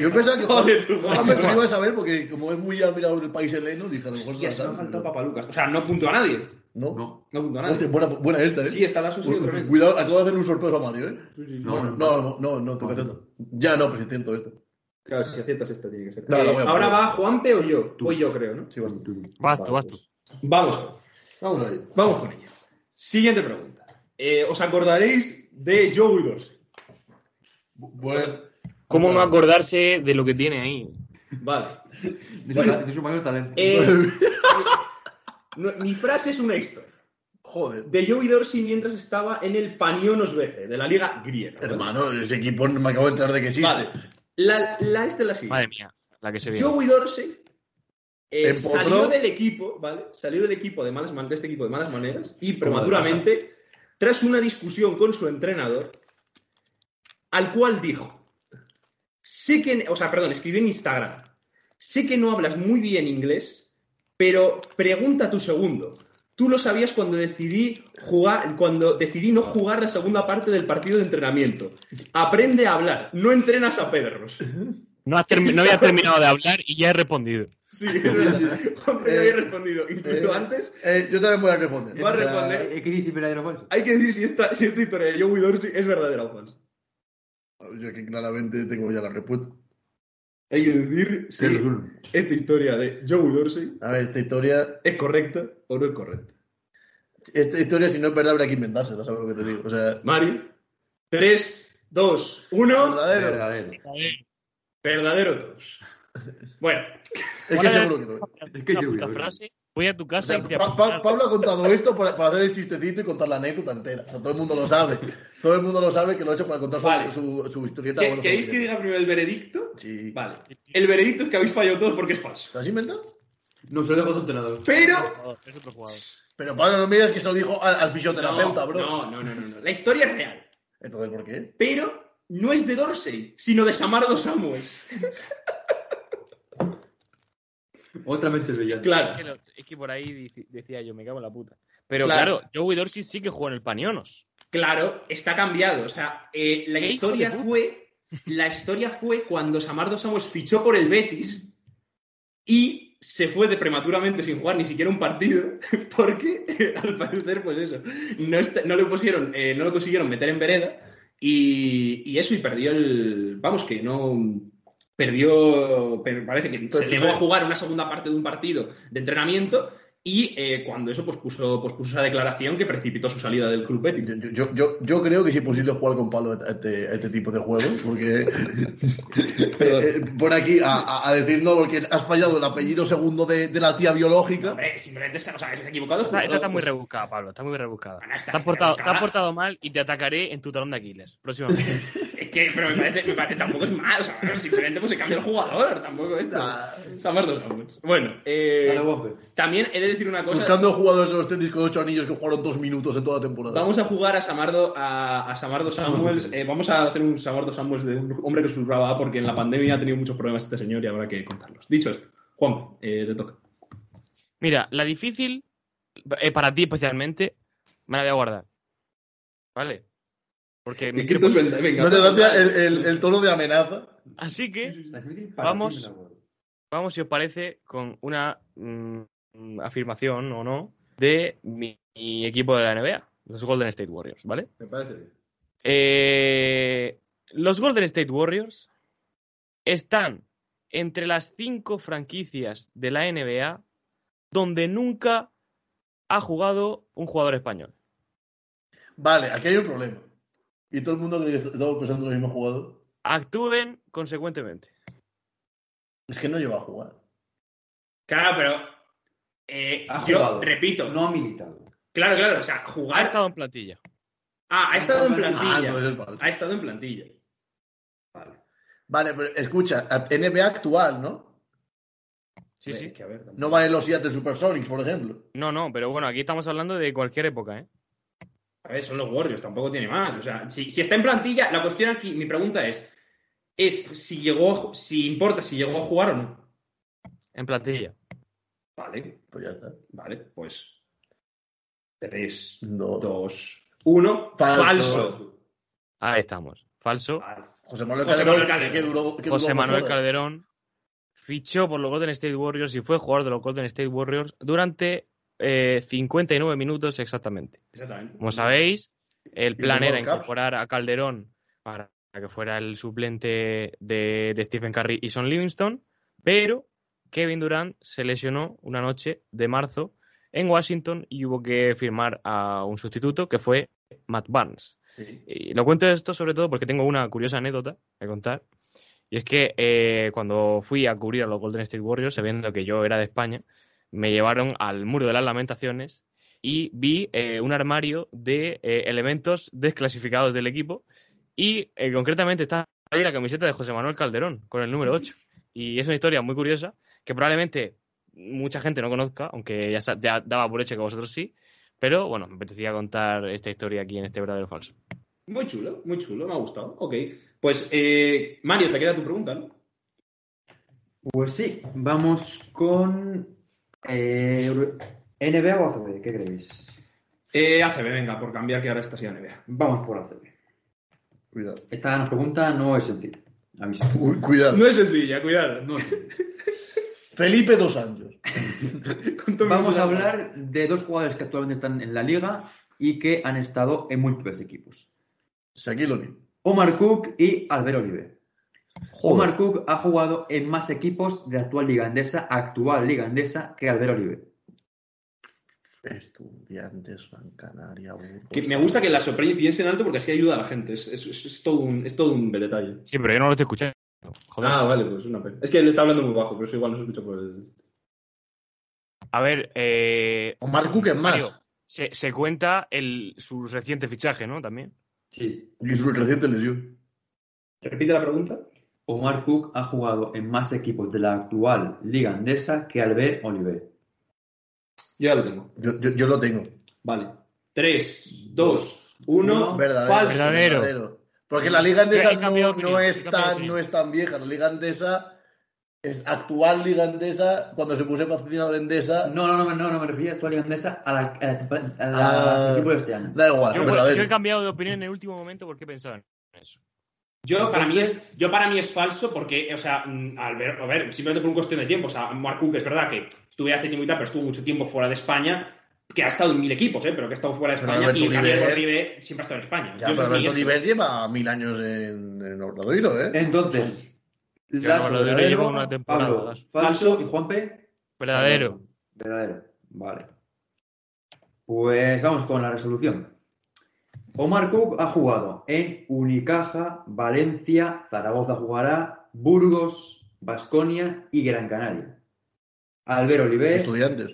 [SPEAKER 2] Yo pensaba que Juan,
[SPEAKER 1] Joder, tú,
[SPEAKER 2] Juan
[SPEAKER 1] Juan.
[SPEAKER 2] pensaba que iba a saber porque como es muy admirador del país heleno, dije a lo mejor
[SPEAKER 1] Hostia,
[SPEAKER 2] se
[SPEAKER 1] se me ha
[SPEAKER 2] la sabe,
[SPEAKER 1] faltado
[SPEAKER 2] pero-
[SPEAKER 1] Papá Lucas. O sea, no punto a nadie.
[SPEAKER 2] ¿No?
[SPEAKER 3] No.
[SPEAKER 1] No punto a nadie.
[SPEAKER 2] Hostia, buena, buena esta, ¿eh?
[SPEAKER 1] Sí, está la
[SPEAKER 2] Cu-
[SPEAKER 1] sucio tremendo.
[SPEAKER 2] Cuidado, acabo de hacer un sorpresa a Mario, ¿eh?
[SPEAKER 1] Sí, sí, sí.
[SPEAKER 3] No.
[SPEAKER 2] Bueno, no, no, no, no, tengo que hacerlo. Ya no, pero intento esto.
[SPEAKER 1] Claro, si aciertas esta tiene que ser.
[SPEAKER 2] No,
[SPEAKER 1] Eh,
[SPEAKER 2] la voy a
[SPEAKER 1] ahora
[SPEAKER 2] poner.
[SPEAKER 1] va Juanpe o yo.
[SPEAKER 3] Tú.
[SPEAKER 1] Voy yo, creo, ¿no?
[SPEAKER 2] Sí, bueno.
[SPEAKER 4] Vas tú, vas
[SPEAKER 2] pues.
[SPEAKER 4] tú.
[SPEAKER 1] Vamos.
[SPEAKER 2] Vamos a ello.
[SPEAKER 1] Vamos con ello. Siguiente pregunta. Eh, ¿Os acordaréis de Joe Dorsey?
[SPEAKER 2] Bu- Bueno,
[SPEAKER 4] ¿Cómo no acordarse de lo que tiene ahí?
[SPEAKER 1] Vale.
[SPEAKER 3] De su- de su mayor talento. [LAUGHS]
[SPEAKER 1] Eh, no, mi frase es una historia.
[SPEAKER 2] joder.
[SPEAKER 1] De Joey Dorsey mientras estaba en el Panionos BC, de la liga griega. ¿vale?
[SPEAKER 2] Hermano, ese equipo no me acabo de enterar de que existe.
[SPEAKER 1] Vale. La, la esta es la siguiente.
[SPEAKER 4] Madre mía, la que se viene.
[SPEAKER 1] Joey Dorsey eh,
[SPEAKER 2] Empotró.
[SPEAKER 1] salió del equipo, ¿vale? Salió del equipo de malas maneras, de este equipo de malas maneras, y prematuramente, tras una discusión con su entrenador, al cual dijo: Sé que, o sea, perdón, escribió en Instagram. Sé que no hablas muy bien inglés, pero pregunta tu segundo. Tú lo sabías cuando decidí jugar, cuando decidí no jugar la segunda parte del partido de entrenamiento. Aprende a hablar, no entrenas a perros.
[SPEAKER 4] No, has termi- no había terminado de hablar y ya he respondido.
[SPEAKER 1] [LAUGHS] Sí, es verdad. Juanpe ya
[SPEAKER 2] Eh,
[SPEAKER 1] había respondido. Incluso
[SPEAKER 2] eh.
[SPEAKER 1] antes,
[SPEAKER 2] Eh, yo también voy a responder.
[SPEAKER 1] Va a
[SPEAKER 2] O sea,
[SPEAKER 1] responder.
[SPEAKER 3] Eh, ¿Qué dice verdadero o falso?
[SPEAKER 1] hay que decir si esta, si esta historia de Joey Dorsey es verdadera o falsa.
[SPEAKER 2] Yo que claramente tengo ya la respuesta.
[SPEAKER 1] Hay que decir si
[SPEAKER 3] Tres, dos, uno.
[SPEAKER 1] esta historia de Joey Dorsey
[SPEAKER 2] A ver, esta historia,
[SPEAKER 1] es correcta o no es correcta.
[SPEAKER 2] esta historia si no es verdad habrá que inventársela, ¿sabes lo que te digo? O sea,
[SPEAKER 1] Mari, 3, 2, 1.
[SPEAKER 2] verdadero.
[SPEAKER 3] Verdadero.
[SPEAKER 1] Verdadero todos. Bueno,
[SPEAKER 2] Es que seguro que no.
[SPEAKER 3] Es que
[SPEAKER 4] Una
[SPEAKER 3] yo-
[SPEAKER 4] puta
[SPEAKER 3] yo-
[SPEAKER 4] frase, voy a tu
[SPEAKER 2] O
[SPEAKER 4] casa
[SPEAKER 2] sea,
[SPEAKER 4] y te
[SPEAKER 2] Pa- Pa- Pablo ha contado esto para, para hacer el chistecito y contar la anécdota entera. O sea, todo el mundo lo sabe. Todo el mundo lo sabe que lo ha hecho para contar su,
[SPEAKER 1] Vale.
[SPEAKER 2] su, su historieta.
[SPEAKER 1] ¿que-
[SPEAKER 2] bueno,
[SPEAKER 1] ¿queréis que
[SPEAKER 2] sobre-
[SPEAKER 1] diga primero el veredicto?
[SPEAKER 2] Sí.
[SPEAKER 1] Vale. El veredicto es que habéis fallado todos porque es falso.
[SPEAKER 2] ¿Te has inventado?
[SPEAKER 3] No, se lo dejo a tu entrenador.
[SPEAKER 1] Pero.
[SPEAKER 4] Es otro jugador.
[SPEAKER 2] Pero Pablo, no me digas que se lo dijo al, al fisioterapeuta,
[SPEAKER 1] no,
[SPEAKER 2] bro.
[SPEAKER 1] no, no, no, no, no. La historia es real.
[SPEAKER 2] Entonces, ¿por qué?
[SPEAKER 1] Pero no es de Dorsey, sino de Samardo Samuels.
[SPEAKER 3] Otra mente brillante.
[SPEAKER 4] Es que,
[SPEAKER 1] Claro.
[SPEAKER 4] lo- es que por ahí dici- decía yo, me cago en la puta. Pero
[SPEAKER 1] Claro.
[SPEAKER 4] claro, Joey Dorsey sí que juega en el Panionos.
[SPEAKER 1] Claro, está cambiado. O sea, eh, la
[SPEAKER 4] ¿Qué hijo
[SPEAKER 1] historia
[SPEAKER 4] de puta?
[SPEAKER 1] fue. La historia fue cuando Samardo Samos fichó por el Betis y se fue de prematuramente sin jugar ni siquiera un partido, [LAUGHS] porque [LAUGHS] eh, al parecer, pues eso, no, est- no le pusieron, eh, no lo consiguieron meter en vereda y, y eso, y perdió el. Vamos, que no. Perdió. pero parece que se
[SPEAKER 2] Entonces,
[SPEAKER 1] llegó a jugar una segunda parte de un partido de entrenamiento Y eh, cuando eso pues puso, pues puso esa declaración que precipitó su salida del club Betis.
[SPEAKER 2] Yo, yo, yo, yo creo que es imposible jugar con Pablo a este, a este tipo de juegos, porque
[SPEAKER 1] [LAUGHS]
[SPEAKER 2] eh, por aquí a, a- a decir no, porque has fallado el apellido segundo de, de la tía biológica.
[SPEAKER 1] Hombre, simplemente es que nos habéis equivocado.
[SPEAKER 4] Esta, esta está
[SPEAKER 1] jugador,
[SPEAKER 4] muy
[SPEAKER 1] pues,
[SPEAKER 4] rebuscada, Pablo. Está muy rebuscada.
[SPEAKER 1] Bueno, Ah, está-
[SPEAKER 4] te, has
[SPEAKER 1] está
[SPEAKER 4] portado, te has
[SPEAKER 1] rebuscada.
[SPEAKER 4] portado mal y te atacaré en tu talón de Aquiles. Próximamente.
[SPEAKER 1] Es que, pero me parece, me parece tampoco es malo, o sea, bueno, simplemente pues se cambia el jugador, tampoco es.
[SPEAKER 2] Ah.
[SPEAKER 1] Saber dos nombres. [LAUGHS] Bueno, eh,
[SPEAKER 3] Dale, Wampe.
[SPEAKER 1] también he de decir una cosa.
[SPEAKER 2] Buscando jugadores de los tenis con ocho anillos que jugaron dos minutos en toda la temporada.
[SPEAKER 1] Vamos a jugar a Samardo, a, a Samardo Samuels. eh, vamos a hacer un Samardo Samuels de un hombre que susurraba A, porque en la pandemia ha tenido muchos problemas este señor y habrá que contarlos. Dicho esto, Juan, eh, te toca.
[SPEAKER 4] Mira, la difícil, eh, para ti especialmente, me la voy a guardar. ¿Vale? Porque no quiero-
[SPEAKER 1] Quintos vende- venga.
[SPEAKER 2] No te gracia eh. el, el- el tono de amenaza.
[SPEAKER 4] Así que
[SPEAKER 3] La difícil para
[SPEAKER 4] Vamos.
[SPEAKER 3] ti, me la guardo.
[SPEAKER 4] vamos, si os parece, con una mm, mm, afirmación o no de mi, mi equipo de la NBA, los Golden State Warriors, ¿vale?
[SPEAKER 2] Me parece bien.
[SPEAKER 4] Eh, los Golden State Warriors están entre las cinco franquicias de la NBA donde nunca ha jugado un jugador español.
[SPEAKER 2] Vale, aquí hay un problema. Y todo el mundo cree que estamos pensando en el mismo jugador.
[SPEAKER 4] Actúen consecuentemente.
[SPEAKER 2] Es que no lleva a jugar.
[SPEAKER 1] Claro, pero. eh,
[SPEAKER 3] Ha
[SPEAKER 1] yo
[SPEAKER 3] jugado.
[SPEAKER 1] repito.
[SPEAKER 3] No ha militado.
[SPEAKER 1] Claro, claro, o sea,
[SPEAKER 4] Ha
[SPEAKER 1] jugar.
[SPEAKER 4] estado en plantilla.
[SPEAKER 1] ah, ha estado en
[SPEAKER 2] Ah,
[SPEAKER 1] plantilla.
[SPEAKER 2] no, eres mal.
[SPEAKER 1] Ha estado en plantilla. Vale.
[SPEAKER 2] Vale, pero escucha, a- NBA actual, ¿no?
[SPEAKER 4] Sí,
[SPEAKER 1] Hombre,
[SPEAKER 4] sí.
[SPEAKER 1] es que a ver, tampoco-
[SPEAKER 2] No valen los Seattle Supersonics, por ejemplo.
[SPEAKER 4] No, no, pero bueno, aquí estamos hablando de cualquier época, ¿eh?
[SPEAKER 1] A ver, son los Warriors, tampoco tiene más. O sea, si, si está en plantilla, la cuestión aquí, mi pregunta es, es si llegó, a ju- si importa, si llegó a jugar o no.
[SPEAKER 4] En plantilla.
[SPEAKER 1] Vale,
[SPEAKER 2] Pues ya está.
[SPEAKER 1] vale, pues. 3,
[SPEAKER 2] No.
[SPEAKER 1] 2, 1,
[SPEAKER 2] Falso.
[SPEAKER 1] falso.
[SPEAKER 4] Ahí estamos. Falso.
[SPEAKER 1] Ah,
[SPEAKER 2] José Manuel
[SPEAKER 1] José
[SPEAKER 2] Calderón,
[SPEAKER 1] Manuel Calderón.
[SPEAKER 2] que duró, que ¿eh? duró
[SPEAKER 4] José
[SPEAKER 2] dos
[SPEAKER 4] Manuel
[SPEAKER 2] horas.
[SPEAKER 4] Calderón fichó por los Golden State Warriors y fue jugador de los Golden State Warriors durante eh, 59 minutos exactamente.
[SPEAKER 1] Exactamente.
[SPEAKER 4] Como sabéis, el plan
[SPEAKER 2] luego
[SPEAKER 4] era
[SPEAKER 2] los Caps.
[SPEAKER 4] incorporar a Calderón para que fuera el suplente de, de Stephen Curry y Son Livingston, pero Kevin Durant se lesionó una noche de marzo en Washington y hubo que firmar a un sustituto que fue Matt Barnes.
[SPEAKER 2] Sí.
[SPEAKER 4] Y lo cuento esto sobre todo porque tengo una curiosa anécdota que contar. Y es que eh, cuando fui a cubrir a los Golden State Warriors, sabiendo que yo era de España, me llevaron al Muro de las Lamentaciones y vi eh, un armario de eh, elementos desclasificados del equipo. Y eh, concretamente está ahí la camiseta de José Manuel Calderón con el número 8. Y es una historia muy curiosa que probablemente mucha gente no conozca, aunque ya, sa- ya daba por hecho que vosotros sí. Pero bueno, me apetecía contar esta historia aquí en este verdadero o falso.
[SPEAKER 1] Muy chulo, muy chulo, me ha gustado. Ok. Pues, eh, Mario, te queda tu pregunta, ¿no?
[SPEAKER 3] Pues sí, vamos con eh, Euro- NBA o ACB, ¿qué creéis?
[SPEAKER 1] Eh, ACB, venga, por cambiar que ahora está siendo NBA.
[SPEAKER 3] Vamos por ACB.
[SPEAKER 2] Cuidado.
[SPEAKER 3] Esta pregunta no es sencilla. A mí sí.
[SPEAKER 2] Uy, cuidado.
[SPEAKER 1] No es sencilla, cuidado.
[SPEAKER 3] No es sencilla.
[SPEAKER 2] Felipe Dos Anjos.
[SPEAKER 3] Vamos a hablar de dos jugadores que actualmente están en la liga y que han estado en múltiples equipos.
[SPEAKER 2] Shaquille O'Neal.
[SPEAKER 3] Omar Cook y Albert Olive. Omar Cook ha jugado en más equipos de la actual liga andesa, actual liga andesa, que Albert Olive.
[SPEAKER 2] Estudiantes, Gran Canaria, Burgos.
[SPEAKER 1] Que me gusta que la sorpresa piense en alto porque así ayuda a la gente. Es, es- es- es todo, un, es todo un detalle.
[SPEAKER 4] Sí, pero yo no lo estoy escuchando. Joder.
[SPEAKER 1] Ah, vale, pues una pena. Es que él está hablando muy bajo, pero eso igual no se escucha por el.
[SPEAKER 4] A ver, eh,
[SPEAKER 2] Omar Cook es más.
[SPEAKER 4] Mario, se, se cuenta el, su reciente fichaje, ¿no? También.
[SPEAKER 3] Sí.
[SPEAKER 2] Y su reciente lesión.
[SPEAKER 1] ¿Repite la pregunta?
[SPEAKER 3] Omar Cook ha jugado en más equipos de la actual liga andesa que Albert Olive.
[SPEAKER 1] Yo ya lo tengo.
[SPEAKER 2] Yo, yo, yo lo tengo.
[SPEAKER 1] Vale. 3, 2, 1.
[SPEAKER 3] Uno,
[SPEAKER 2] Verdadero.
[SPEAKER 1] Falso.
[SPEAKER 4] Verdadero.
[SPEAKER 2] Porque la Liga Andesa
[SPEAKER 4] He cambiado
[SPEAKER 2] no,
[SPEAKER 4] de
[SPEAKER 2] no
[SPEAKER 4] opinión, he
[SPEAKER 2] es
[SPEAKER 4] cambiado de
[SPEAKER 2] tan,
[SPEAKER 4] opinión.
[SPEAKER 2] no es tan vieja. La Liga Andesa es actual Liga Andesa cuando se puso patrocinador Endesa.
[SPEAKER 3] No, no, no, no, no me refería a la actual liga andesa a la, a la- a la-
[SPEAKER 2] Ah.
[SPEAKER 3] los equipos de este año.
[SPEAKER 2] Da igual,
[SPEAKER 4] Yo,
[SPEAKER 2] verdadero.
[SPEAKER 4] yo he cambiado de opinión en el último momento porque he pensado en eso.
[SPEAKER 1] Yo para, mí es, yo para mí es falso porque, o sea, mm, al ver, a ver, simplemente por un cuestión de tiempo, o sea, Mark Cook es verdad que estuve hace tiempo y tal, pero estuvo mucho tiempo fuera de España, que ha estado en mil equipos, ¿eh? pero que ha estado fuera de
[SPEAKER 2] Pero
[SPEAKER 1] España
[SPEAKER 2] Alberto
[SPEAKER 1] y en cambio
[SPEAKER 2] Oliver-
[SPEAKER 1] Ribe siempre ha estado en España.
[SPEAKER 2] Ya,
[SPEAKER 1] Yo
[SPEAKER 2] pero
[SPEAKER 1] soy
[SPEAKER 2] Alberto
[SPEAKER 1] mi-
[SPEAKER 2] Oliver lleva mil años en, en Obradoiro, ¿eh?
[SPEAKER 3] Entonces,
[SPEAKER 4] Yo no, lo de-
[SPEAKER 3] verdadero,
[SPEAKER 4] llevo una temporada,
[SPEAKER 3] Pablo,
[SPEAKER 4] Lasso.
[SPEAKER 3] falso y Juanpe.
[SPEAKER 4] Verdadero.
[SPEAKER 3] Verdadero. Vale. Pues vamos con la resolución. Omar Cook ha jugado en Unicaja, Valencia, Zaragoza jugará, Burgos, Basconia y Gran Canaria. Albert Oliver,
[SPEAKER 2] Estudiantes.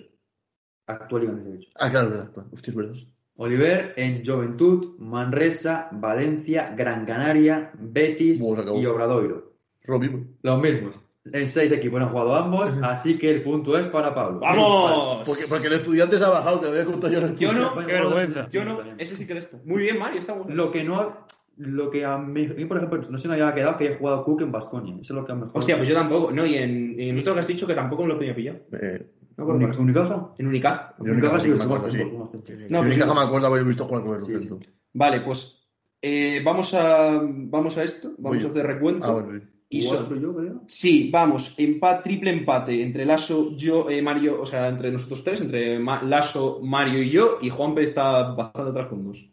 [SPEAKER 3] actualmente de hecho.
[SPEAKER 2] Ah, claro, verdad. claro. Hostia, es verdad.
[SPEAKER 3] Oliver en Juventud, Manresa, Valencia, Gran Canaria, Betis
[SPEAKER 2] Bueno, se acabó.
[SPEAKER 3] y Obradoiro.
[SPEAKER 2] Lo mismo.
[SPEAKER 3] Los mismos. En seis equipos han jugado ambos, así que el punto es para Pablo.
[SPEAKER 1] ¡Vamos!
[SPEAKER 2] Porque, porque el estudiante se ha bajado, que lo había contado yo en el
[SPEAKER 1] Pues Yo no,
[SPEAKER 3] Bueno,
[SPEAKER 4] qué vergüenza.
[SPEAKER 1] Yo no, ese sí que lo está. Muy bien, Mario, está bueno.
[SPEAKER 3] Lo que no. Lo que a mí, a mí, por ejemplo, no se me había quedado que haya jugado Cook en Basconia. Eso es lo que a mejor.
[SPEAKER 1] Hostia, pues yo tampoco. No, y en, y en otro que has dicho que tampoco me lo tenía pillado.
[SPEAKER 2] Eh,
[SPEAKER 1] No, por
[SPEAKER 3] ¿Unic-
[SPEAKER 1] en
[SPEAKER 3] ¿Unicaja?
[SPEAKER 1] Unicaf.
[SPEAKER 2] yo Unicaja sí que me acuerdo, sí.
[SPEAKER 1] No,
[SPEAKER 2] No,
[SPEAKER 1] pero
[SPEAKER 2] pero
[SPEAKER 1] sí.
[SPEAKER 2] me acuerdo haber visto jugar con el
[SPEAKER 3] Sí, sí.
[SPEAKER 2] Roberto.
[SPEAKER 1] Vale, pues eh, vamos, a, vamos a esto. Vamos
[SPEAKER 2] Voy
[SPEAKER 1] a hacer recuento.
[SPEAKER 2] Ah, bueno, bien.
[SPEAKER 1] Y so-
[SPEAKER 3] Cuatro yo creo.
[SPEAKER 1] Sí, vamos, empate, triple empate entre Lasso, yo, eh, Mario, o sea, entre nosotros tres, entre Ma- Lasso, Mario y yo, y Juanpe está bastante atrás con dos.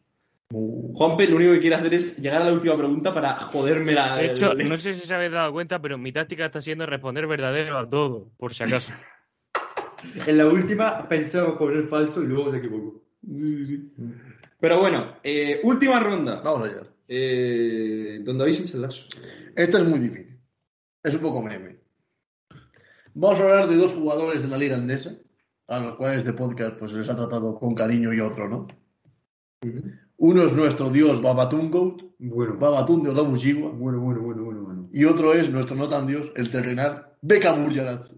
[SPEAKER 2] Uh.
[SPEAKER 1] Juanpe lo único que quiere hacer es llegar a la última pregunta para joderme la...
[SPEAKER 4] De hecho,
[SPEAKER 1] el-
[SPEAKER 4] no sé si se habéis dado cuenta, pero mi táctica está siendo responder verdadero a todo, por si acaso.
[SPEAKER 3] En la última pensaba poner falso y luego se equivocó.
[SPEAKER 1] Pero bueno, eh, última ronda,
[SPEAKER 2] Vamos allá.
[SPEAKER 1] eh, donde habéis hecho el Lasso.
[SPEAKER 2] Esta es muy difícil. Es un poco meme. Vamos a hablar de dos jugadores de la liga andesa, a los cuales de podcast pues, se les ha tratado con cariño y otro, ¿no? Uno es nuestro dios Babatungo,
[SPEAKER 3] Bueno,
[SPEAKER 2] Babatun de Olamuchiwa,
[SPEAKER 3] bueno, bueno, bueno, bueno, bueno.
[SPEAKER 2] y otro es nuestro no tan dios, el terrenal Bekamur Yaratsu.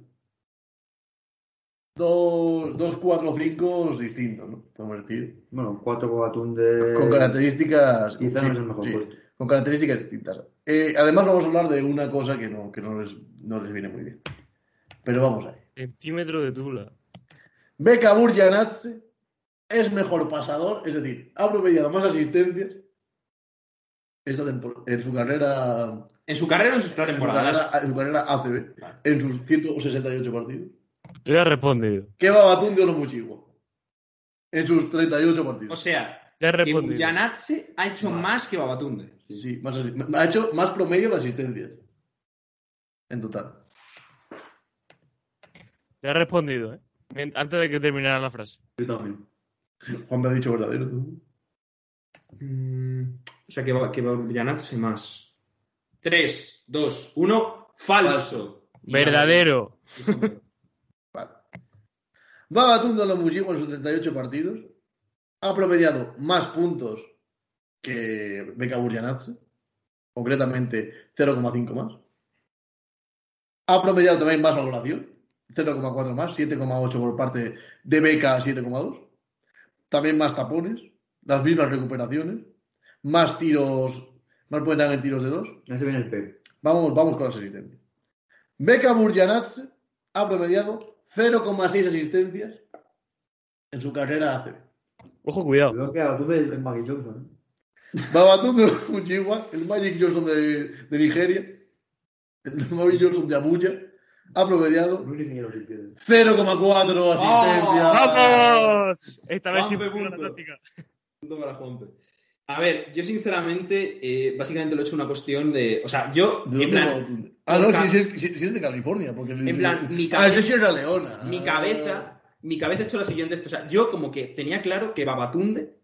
[SPEAKER 2] Dos, dos cuatro cinco distintos, ¿no? Podemos decir.
[SPEAKER 3] Bueno, cuatro Bobatún de.
[SPEAKER 2] Con características.
[SPEAKER 3] Eh, Quizá
[SPEAKER 2] sí,
[SPEAKER 3] no es el mejor
[SPEAKER 2] sí.
[SPEAKER 3] puesto.
[SPEAKER 2] con características distintas. Eh, además, vamos a hablar de una cosa que no, que no, les, no les viene muy bien. Pero vamos a ver.
[SPEAKER 4] [LAUGHS] Centímetro de tula.
[SPEAKER 2] Beka Burjanatse es mejor pasador, es decir, ha promediado más asistencias esta tempor- en su carrera,
[SPEAKER 1] En su carrera o en su
[SPEAKER 2] en su
[SPEAKER 1] temporada.
[SPEAKER 2] carrera, en su carrera ACB,
[SPEAKER 1] Vale.
[SPEAKER 2] en sus 168 partidos,
[SPEAKER 4] Yo ya he respondido.
[SPEAKER 2] que Babatun de Olomuchigo en sus 38
[SPEAKER 1] O
[SPEAKER 2] partidos.
[SPEAKER 1] sea,
[SPEAKER 4] Ya he
[SPEAKER 1] que
[SPEAKER 4] respondido.
[SPEAKER 1] Yanatse ha hecho más que Babatunde.
[SPEAKER 2] Sí, más asi- ha hecho más promedio de asistencias en total.
[SPEAKER 4] Ya he respondido, ¿eh? Mien- Antes de que terminara la frase.
[SPEAKER 3] Yo también.
[SPEAKER 2] Juan me ha dicho verdadero. ¿no?
[SPEAKER 1] Mm, o sea, que, va- que va- Yanatse más. 3, 2, 1, falso.
[SPEAKER 4] Verdadero.
[SPEAKER 2] Vale. Babatunde Olamuyiwa en sus 38 partidos ha promediado más puntos que Beka Burjanatse, concretamente 0,5 más. Ha promediado también más valoración, 0,4 más, 7,8 por parte de Beka, 7,2. También más tapones, las mismas recuperaciones, más tiros, más pueden en tiros de dos.
[SPEAKER 3] Ya se viene el Pep.
[SPEAKER 2] Vamos, vamos con las asistencias. Beka Burjanatse ha promediado 0,6 asistencias en su carrera ACB.
[SPEAKER 4] Ojo, cuidado.
[SPEAKER 3] Creo que Bobatún del Maggie Johnson. ¿eh?
[SPEAKER 2] Babatunde [LAUGHS] Mujiwa, el Magic Johnson de, de Nigeria, el Magic Johnson de Abuya, ha promediado
[SPEAKER 3] No ingeniero si quieres.
[SPEAKER 2] 0,4
[SPEAKER 1] Oh.
[SPEAKER 2] asistencias.
[SPEAKER 4] ¡Vamos! Esta vez sí
[SPEAKER 1] Juanpe,
[SPEAKER 4] funciona la
[SPEAKER 1] punto.
[SPEAKER 4] táctica.
[SPEAKER 1] Punto para Juanpe. A ver, yo sinceramente, eh, básicamente lo he hecho una cuestión de. O sea, yo,
[SPEAKER 2] ¿De
[SPEAKER 1] en
[SPEAKER 2] dónde
[SPEAKER 1] plan,
[SPEAKER 2] Babatunde? Ah, no, si, si es- si- si es de California. Porque
[SPEAKER 1] En plan, mi
[SPEAKER 2] Ah, es
[SPEAKER 1] cabeza-
[SPEAKER 2] de Sierra Leona.
[SPEAKER 1] mi
[SPEAKER 2] Ah.
[SPEAKER 1] cabeza, mi cabeza ha hecho la siguiente. esto, O sea, yo como que tenía claro que Babatunde.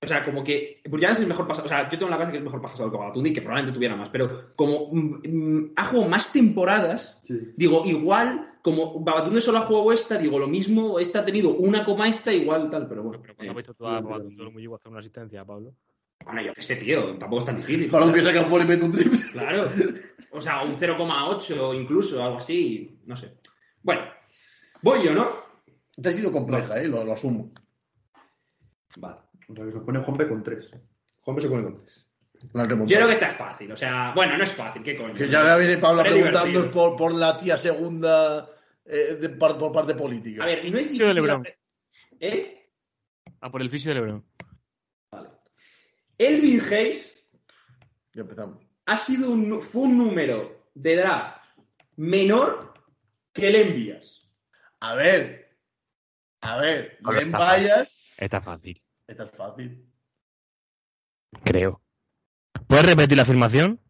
[SPEAKER 1] O sea, como que. Burjan es el mejor pasador. O sea, yo tengo en la cabeza que es el mejor pasador que Babatunde y que probablemente tuviera más. Pero como mm, mm, ha jugado más temporadas,
[SPEAKER 3] Sí.
[SPEAKER 1] Digo, igual, como Babatunde solo ha jugado esta, digo, lo mismo, esta ha tenido una coma esta, igual tal, pero bueno.
[SPEAKER 4] Pero
[SPEAKER 1] eh,
[SPEAKER 4] cuando ha puesto toda
[SPEAKER 3] sí,
[SPEAKER 4] la
[SPEAKER 3] pero-
[SPEAKER 4] muy a hacer una asistencia, Pablo.
[SPEAKER 1] bueno, yo qué sé, tío, tampoco es tan
[SPEAKER 3] [LAUGHS]
[SPEAKER 1] difícil.
[SPEAKER 2] Balón
[SPEAKER 1] o sea,
[SPEAKER 2] que saca por y mete un triple.
[SPEAKER 1] Claro. O sea, un 0,8 incluso, algo así, no sé. Bueno, voy yo, ¿no?
[SPEAKER 2] Te ha sido compleja, eh, lo, lo asumo.
[SPEAKER 3] Vale. O sea, que se pone Juanpe con tres.
[SPEAKER 1] Juanpe se pone con tres.
[SPEAKER 2] La
[SPEAKER 1] Yo creo
[SPEAKER 2] remontada.
[SPEAKER 1] que esta es fácil, o sea, bueno, no es fácil, ¿qué coño?
[SPEAKER 2] Que ya me viene Pablo a
[SPEAKER 1] Era
[SPEAKER 2] preguntarnos
[SPEAKER 1] divertido.
[SPEAKER 2] por, por la tía segunda eh, de par- por parte política.
[SPEAKER 1] A ver, no es
[SPEAKER 4] Fisio
[SPEAKER 1] difícil
[SPEAKER 4] de Lebron.
[SPEAKER 1] hacer- ¿Eh?
[SPEAKER 4] Ah, por el fisio de Lebron.
[SPEAKER 1] Elvin Hayes
[SPEAKER 2] Ya empezamos.
[SPEAKER 1] ha sido un, nu- fue un número de draft menor que le envías.
[SPEAKER 2] A ver. A ver.
[SPEAKER 4] Con
[SPEAKER 2] Bien
[SPEAKER 4] la taza.
[SPEAKER 2] vayas.
[SPEAKER 4] Está fácil,
[SPEAKER 2] Esta es fácil.
[SPEAKER 4] creo. ¿Puedes repetir la afirmación?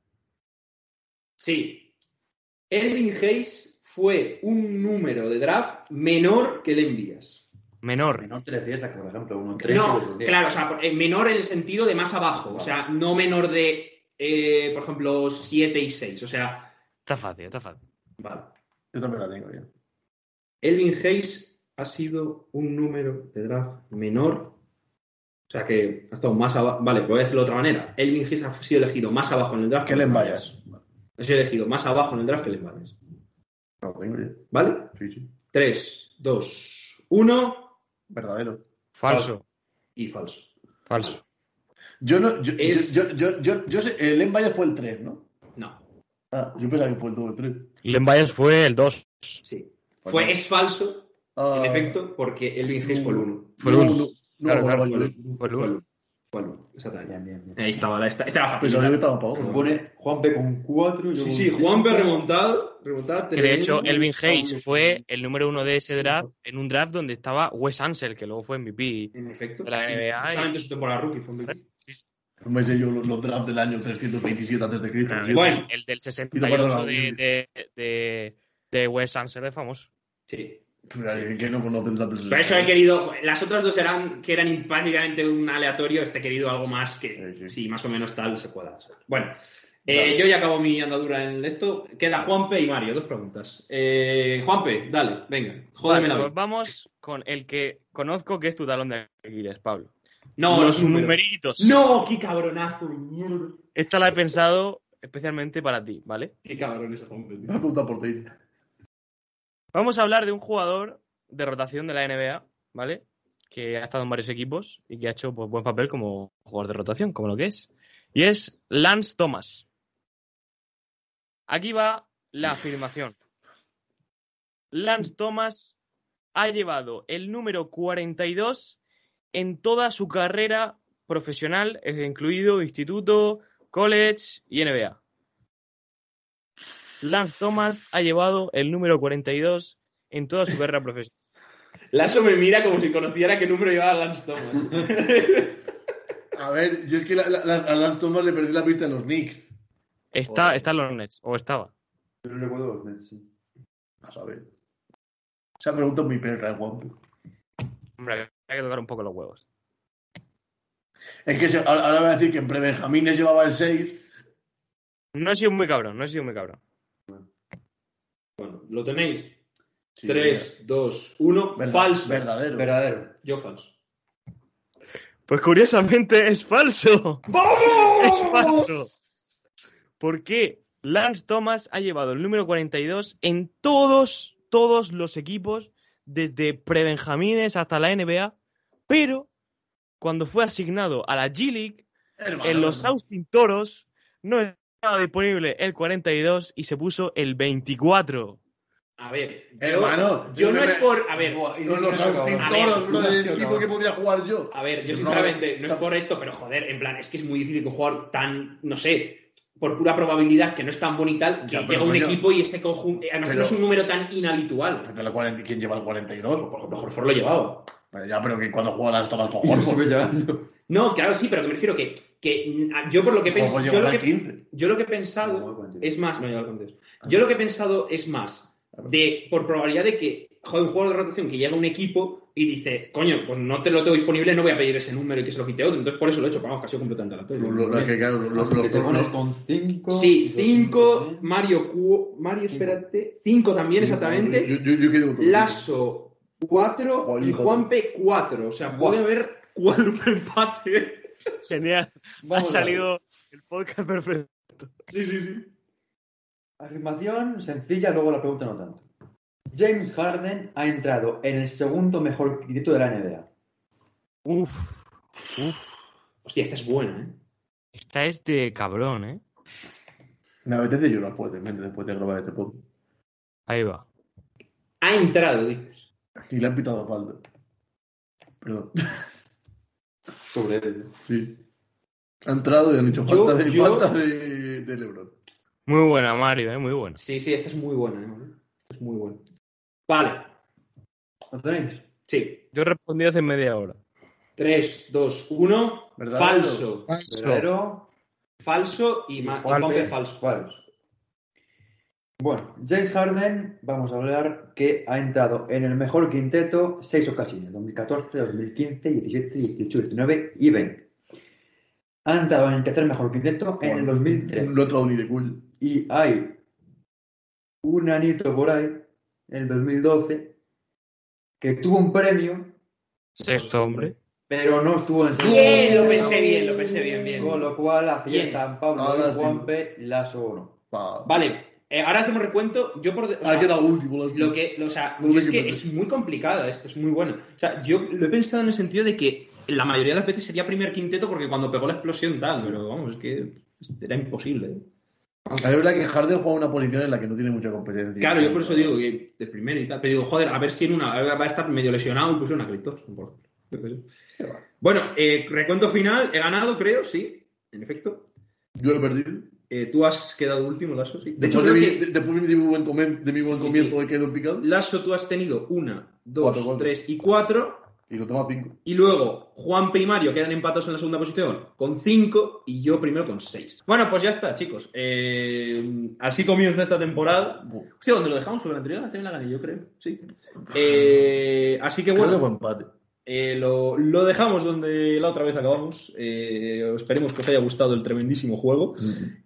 [SPEAKER 1] Sí. Elvin Hayes fue un número de draft menor que le envías.
[SPEAKER 4] Menor.
[SPEAKER 3] Menor tres días, por ejemplo, uno en tres y otro
[SPEAKER 1] No,
[SPEAKER 3] en diez.
[SPEAKER 1] claro, o sea, por- eh, menor en el sentido de más abajo. O sea, no menor de, eh, por ejemplo, 7 y 6. O sea,
[SPEAKER 4] Está fácil, está fácil.
[SPEAKER 1] vale.
[SPEAKER 2] Yo también la tengo ya.
[SPEAKER 1] Elvin Hayes ha sido un número de draft menor. O sea que ha estado más abajo. Vale, voy a decirlo de otra manera. Elvin Hayes ha sido elegido más abajo en el draft
[SPEAKER 2] Que le vayas.
[SPEAKER 1] Ha sido elegido más abajo en el draft que les Valles.
[SPEAKER 2] No, lo tengo Ah, ya.
[SPEAKER 1] ¿Vale?
[SPEAKER 2] Sí, sí.
[SPEAKER 1] 3, 2, 1
[SPEAKER 2] Verdadero.
[SPEAKER 4] Falso.
[SPEAKER 1] y falso.
[SPEAKER 4] Falso.
[SPEAKER 2] Yo no, yo,
[SPEAKER 1] Es-
[SPEAKER 2] yo, yo, yo, yo, sé, el en Vallas fue el 3, ¿no?
[SPEAKER 1] No,
[SPEAKER 2] Ah, yo pensaba que fue el 2 o el 3.
[SPEAKER 4] Len Valles fue el 2.
[SPEAKER 1] sí.
[SPEAKER 2] Pues
[SPEAKER 1] Fue,
[SPEAKER 2] no.
[SPEAKER 1] es falso,
[SPEAKER 2] Ah,
[SPEAKER 1] en
[SPEAKER 2] Mm.
[SPEAKER 1] efecto, porque Elvin Hayes fue el 1.
[SPEAKER 4] Fue el
[SPEAKER 2] no,
[SPEAKER 4] uno.
[SPEAKER 2] no, no,
[SPEAKER 4] Claro,
[SPEAKER 2] no,
[SPEAKER 4] claro,
[SPEAKER 2] no,
[SPEAKER 4] fue el
[SPEAKER 2] no.
[SPEAKER 4] uno. Fue el
[SPEAKER 1] Fue el
[SPEAKER 4] uno.
[SPEAKER 1] 1. Fue el 1, exactamente.
[SPEAKER 3] Bien, bien, bien.
[SPEAKER 1] Ahí estaba, la, esta, esta era fácil.
[SPEAKER 2] Pensaba yo que estaba para
[SPEAKER 3] Se
[SPEAKER 2] otro.
[SPEAKER 3] supone Juanpe con cuatro y
[SPEAKER 1] Sí,
[SPEAKER 3] yo con
[SPEAKER 1] sí,
[SPEAKER 3] tres.
[SPEAKER 1] Juanpe remontado. remontado
[SPEAKER 4] Que de hecho, Elvin Hayes fue el número uno de ese draft, en un draft donde estaba Wes Ansel, que luego fue MVP.
[SPEAKER 1] En efecto.
[SPEAKER 4] de la NBA y-
[SPEAKER 1] Justamente su temporada rookie fue MVP.
[SPEAKER 2] Pues Me sé yo los, los drafts del año 327 antes de Cristo.
[SPEAKER 4] El-
[SPEAKER 1] Ah, Bueno.
[SPEAKER 4] el del
[SPEAKER 2] acuerdas
[SPEAKER 4] 68
[SPEAKER 2] la-
[SPEAKER 4] de, de, de, de Wes Ansel es famoso.
[SPEAKER 1] Sí.
[SPEAKER 2] Que no conoce el draft del
[SPEAKER 1] Pero eso he querido. Las otras dos eran que eran prácticamente un aleatorio. Este he querido algo más que.
[SPEAKER 2] Sí,
[SPEAKER 1] Sí,
[SPEAKER 2] sí.
[SPEAKER 1] más o menos tal se pueda. hacer. Bueno, eh, yo ya acabo mi andadura en esto. Queda Juanpe y Mario, dos preguntas. Eh, Juanpe, dale, venga, jódeme la
[SPEAKER 4] Vale,
[SPEAKER 1] vida.
[SPEAKER 4] pues vamos con el que conozco que es tu talón de Aquiles, Pablo.
[SPEAKER 1] No,
[SPEAKER 4] los
[SPEAKER 1] los números.
[SPEAKER 4] numeritos.
[SPEAKER 1] No, qué cabronazo, de mierda.
[SPEAKER 4] Esta la he pensado especialmente para ti, ¿vale?
[SPEAKER 1] Qué cabrón ese Juanpe. tío.
[SPEAKER 2] Me
[SPEAKER 4] [LAUGHS]
[SPEAKER 2] ha preguntado por ti.
[SPEAKER 4] Vamos a hablar de un jugador de rotación de la NBA, ¿vale? Que ha estado en varios equipos y que ha hecho pues, buen papel como jugador de rotación, como lo que es. Y es Lance Thomas. Aquí va la afirmación. Lance Thomas ha llevado el número 42 en toda su carrera profesional, eh, incluido instituto, college y NBA. Lance Thomas ha llevado el número 42 en toda su carrera profesional.
[SPEAKER 1] Lasso me mira como si conociera qué número llevaba Lance Thomas.
[SPEAKER 2] A ver, yo es que la- la- las- a las tomas le perdí la pista en los Knicks.
[SPEAKER 4] Está, está en los Nets, o estaba.
[SPEAKER 3] Yo no recuerdo los Nets, sí.
[SPEAKER 2] A saber. Esa pregunta es muy perra, Juan.
[SPEAKER 4] Hombre, hay que tocar un poco los huevos.
[SPEAKER 2] Es que se- ahora, ahora voy a decir que en pre-Benjamines llevaba el 6.
[SPEAKER 4] No he sido muy cabrón, no he sido muy cabrón.
[SPEAKER 1] bueno, ¿lo tenéis? 3, 2, 1.
[SPEAKER 2] Verdad-
[SPEAKER 1] Falso.
[SPEAKER 2] Verdadero.
[SPEAKER 3] Verdadero.
[SPEAKER 1] Yo falso.
[SPEAKER 4] Pues curiosamente es falso.
[SPEAKER 1] ¡Vamos!
[SPEAKER 4] Es falso. ¿Por qué? Lance Thomas ha llevado el número 42 en todos, todos los equipos, desde prebenjamines hasta la NBA, pero cuando fue asignado a la G League,
[SPEAKER 2] Hermano,
[SPEAKER 4] en los Austin Toros no estaba disponible el 42 y se puso el 24.
[SPEAKER 1] A ver, yo,
[SPEAKER 2] Hermano,
[SPEAKER 1] yo
[SPEAKER 2] yo
[SPEAKER 1] no
[SPEAKER 2] me-
[SPEAKER 1] es por. A ver,
[SPEAKER 2] Los, los Austin
[SPEAKER 1] A ver,
[SPEAKER 2] Toros, bro,
[SPEAKER 3] no,
[SPEAKER 2] el
[SPEAKER 3] no.
[SPEAKER 2] equipo que podría jugar yo.
[SPEAKER 1] a ver, yo
[SPEAKER 2] No,
[SPEAKER 1] sinceramente no es por esto, pero joder, en plan, es que es muy difícil que un jugador tan, no sé, por pura probabilidad que no es tan bueno y tal, que
[SPEAKER 2] Ya, pero
[SPEAKER 1] llega un
[SPEAKER 2] coño.
[SPEAKER 1] equipo y ese conjunto. Además, que
[SPEAKER 2] Pero-
[SPEAKER 1] no es un número tan inhabitual.
[SPEAKER 2] Pero el 40 ¿Quién lleva el 42?
[SPEAKER 1] Por mejor Ford lo llevaba.
[SPEAKER 2] Bueno, ya, pero que cuando juega las tomas con pues,
[SPEAKER 3] Yo lo
[SPEAKER 2] Horford.
[SPEAKER 3] estuve llevando.
[SPEAKER 1] No, claro, sí, pero que me refiero que, que mm, yo por lo que he pens-
[SPEAKER 2] Horford
[SPEAKER 1] yo
[SPEAKER 2] lleva
[SPEAKER 1] lo
[SPEAKER 2] el
[SPEAKER 1] que,
[SPEAKER 2] 15.
[SPEAKER 1] yo lo que he pensado Es más, no, ya lo conté. Yo lo que he pensado es más de por probabilidad de que joder, un jugador de rotación que llega a un equipo y dice, coño, pues no te lo tengo disponible, no voy a pedir ese número y que se lo quite otro. Entonces por eso lo he hecho, vamos, casi completamente
[SPEAKER 2] Lo-
[SPEAKER 1] aleatorio.
[SPEAKER 2] lo- lo que, claro, los- los-
[SPEAKER 3] Así que te pones
[SPEAKER 2] los-
[SPEAKER 3] con cinco.
[SPEAKER 1] Sí,
[SPEAKER 3] dos,
[SPEAKER 1] 5,
[SPEAKER 3] tres.
[SPEAKER 1] Mario, Cuo- Mario,
[SPEAKER 3] ¿eh? Cinco.
[SPEAKER 1] espérate, 5 también
[SPEAKER 2] Yo,
[SPEAKER 1] exactamente,
[SPEAKER 2] yo, yo quedo con-
[SPEAKER 1] Lasso 4 y
[SPEAKER 2] Joder.
[SPEAKER 1] Juanpe 4, o sea, puede haber cuádruple empate.
[SPEAKER 4] Genial.
[SPEAKER 3] Vamos
[SPEAKER 4] ha
[SPEAKER 3] a ver.
[SPEAKER 4] salido el podcast perfecto.
[SPEAKER 1] Sí, sí, sí.
[SPEAKER 3] Afirmación sencilla, luego la pregunta no tanto. James Harden ha entrado en el segundo mejor quinteto de la NBA.
[SPEAKER 4] Uf,
[SPEAKER 1] Hostia, esta es buena, ¿eh?
[SPEAKER 4] esta es de cabrón, ¿eh?
[SPEAKER 2] Me apetece llorar pues, de mente, después de grabar este podcast.
[SPEAKER 4] Ahí va.
[SPEAKER 1] Ha entrado, dices.
[SPEAKER 2] Y le han pitado falta.
[SPEAKER 1] [LAUGHS]
[SPEAKER 2] Perdón.
[SPEAKER 3] Sobre él.
[SPEAKER 2] Sí. Ha entrado y han dicho
[SPEAKER 1] Yo-
[SPEAKER 2] falta de,
[SPEAKER 1] yo-
[SPEAKER 2] falta de, de Lebron.
[SPEAKER 4] Muy buena, Mario, ¿eh? Muy buena.
[SPEAKER 1] Sí, sí, esta es muy buena, ¿eh? Manuel? Esta es muy buena. Vale,
[SPEAKER 3] ¿Lo tenéis?
[SPEAKER 1] sí.
[SPEAKER 4] Yo respondí hace media hora.
[SPEAKER 1] 3, 2, 1.
[SPEAKER 2] ¿Verdadero?
[SPEAKER 1] Falso.
[SPEAKER 3] Verdadero.
[SPEAKER 1] Falso y, ma- y Juanpe falso.
[SPEAKER 3] ¿Cuál? Bueno, James Harden, vamos a hablar que ha entrado en el mejor quinteto seis ocasiones, 2014, 2015, 17, 18, 19 y 20. Ha entrado en el tercer mejor quinteto en el 2003.
[SPEAKER 2] No otro ni de cool.
[SPEAKER 3] Y hay un anito por ahí, en el 2012, que tuvo un premio,
[SPEAKER 4] Sexto hombre.
[SPEAKER 3] pero no estuvo en el
[SPEAKER 1] Bien, lo pensé bien, lo pensé bien, bien.
[SPEAKER 3] Con lo cual aciertan Pablo
[SPEAKER 2] Ahora
[SPEAKER 3] y
[SPEAKER 2] sí.
[SPEAKER 3] Juanpe y Lasso Oro.
[SPEAKER 2] Pa-
[SPEAKER 1] Vale, eh, ahora hacemos recuento. Yo por. de- o
[SPEAKER 2] Ha
[SPEAKER 1] sea,
[SPEAKER 2] quedado último.
[SPEAKER 1] Lo que, o sea,
[SPEAKER 2] Muy
[SPEAKER 1] yo es
[SPEAKER 2] bien,
[SPEAKER 1] que
[SPEAKER 2] entonces.
[SPEAKER 1] es muy complicada, esto es muy bueno. O sea, yo lo he pensado en el sentido de que la mayoría de las veces sería primer quinteto porque cuando pegó la explosión tal, pero vamos, es que era imposible.
[SPEAKER 2] La verdad que Harden juega una posición en la que no tiene mucha competencia.
[SPEAKER 1] Claro, yo por eso digo que de primero y tal, pero digo, joder, a ver si en una a ver, va a estar medio lesionado y puse una Chris Thompson, por- yo qué sé. Bueno, eh, recuento final, he ganado, creo, sí, en efecto.
[SPEAKER 2] Yo he perdido.
[SPEAKER 1] Eh, tú has quedado último, Lasso, sí. De hecho,
[SPEAKER 2] Después
[SPEAKER 1] creo
[SPEAKER 2] de, mi,
[SPEAKER 1] que-
[SPEAKER 2] de- después de mi buen, comen- de mi buen
[SPEAKER 1] Sí,
[SPEAKER 2] comienzo
[SPEAKER 1] sí.
[SPEAKER 2] he quedado picado.
[SPEAKER 1] Lasso, tú has tenido una, dos,
[SPEAKER 2] Cuatro goles.
[SPEAKER 1] tres y cuatro.
[SPEAKER 2] Y lo tengo a cinco.
[SPEAKER 1] Y luego Juan y Mario quedan empatados en la segunda posición con 5 y yo primero con 6. Bueno, pues ya está, chicos. Eh, así comienza esta temporada.
[SPEAKER 2] Bueno,
[SPEAKER 1] Hostia, ¿dónde lo dejamos? Porque la anterior la- también la gané, yo creo. Sí. Eh, así que bueno.
[SPEAKER 2] creo que fue empate.
[SPEAKER 1] Eh, lo, lo dejamos donde la otra vez acabamos. Eh, esperemos que os haya gustado el tremendísimo juego.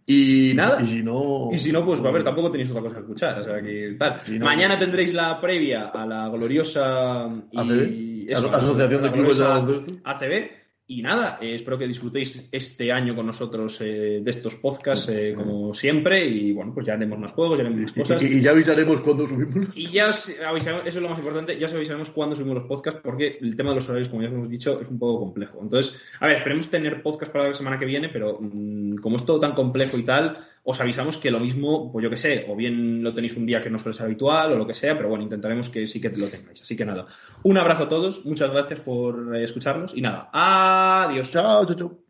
[SPEAKER 1] Y nada.
[SPEAKER 2] Y si no.
[SPEAKER 1] Y si no, pues va a ver, tampoco tenéis otra cosa que escuchar. O sea que tal.
[SPEAKER 2] Si no-
[SPEAKER 1] Mañana tendréis la previa a la gloriosa y-
[SPEAKER 2] ACB, Aso- Asociación
[SPEAKER 1] la
[SPEAKER 2] de Clubes de
[SPEAKER 1] gloriosa
[SPEAKER 2] Baloncesto.
[SPEAKER 1] ACB. Y nada, eh, espero que disfrutéis este año con nosotros eh, de estos podcasts, eh, como siempre. Y bueno, pues ya haremos más juegos, ya haremos más cosas.
[SPEAKER 2] [LAUGHS] Y, y- y ya avisaremos cuando [LAUGHS] subimos.
[SPEAKER 1] [LAUGHS] Y ya os avisaremos, eso es lo más importante, ya os avisaremos cuándo subimos los podcasts, porque el tema de los horarios, como ya os hemos dicho, es un poco complejo. Entonces, a ver, esperemos tener podcast para la semana que viene, pero mm, como es todo tan complejo y tal, os avisamos que lo mismo, pues yo que sé, o bien lo tenéis un día que no suele ser habitual o lo que sea, pero bueno, intentaremos que sí que lo tengáis. Así que nada, un abrazo a todos, muchas gracias por eh, escucharnos y nada, adiós.
[SPEAKER 2] Ah, Chao, chao, chao.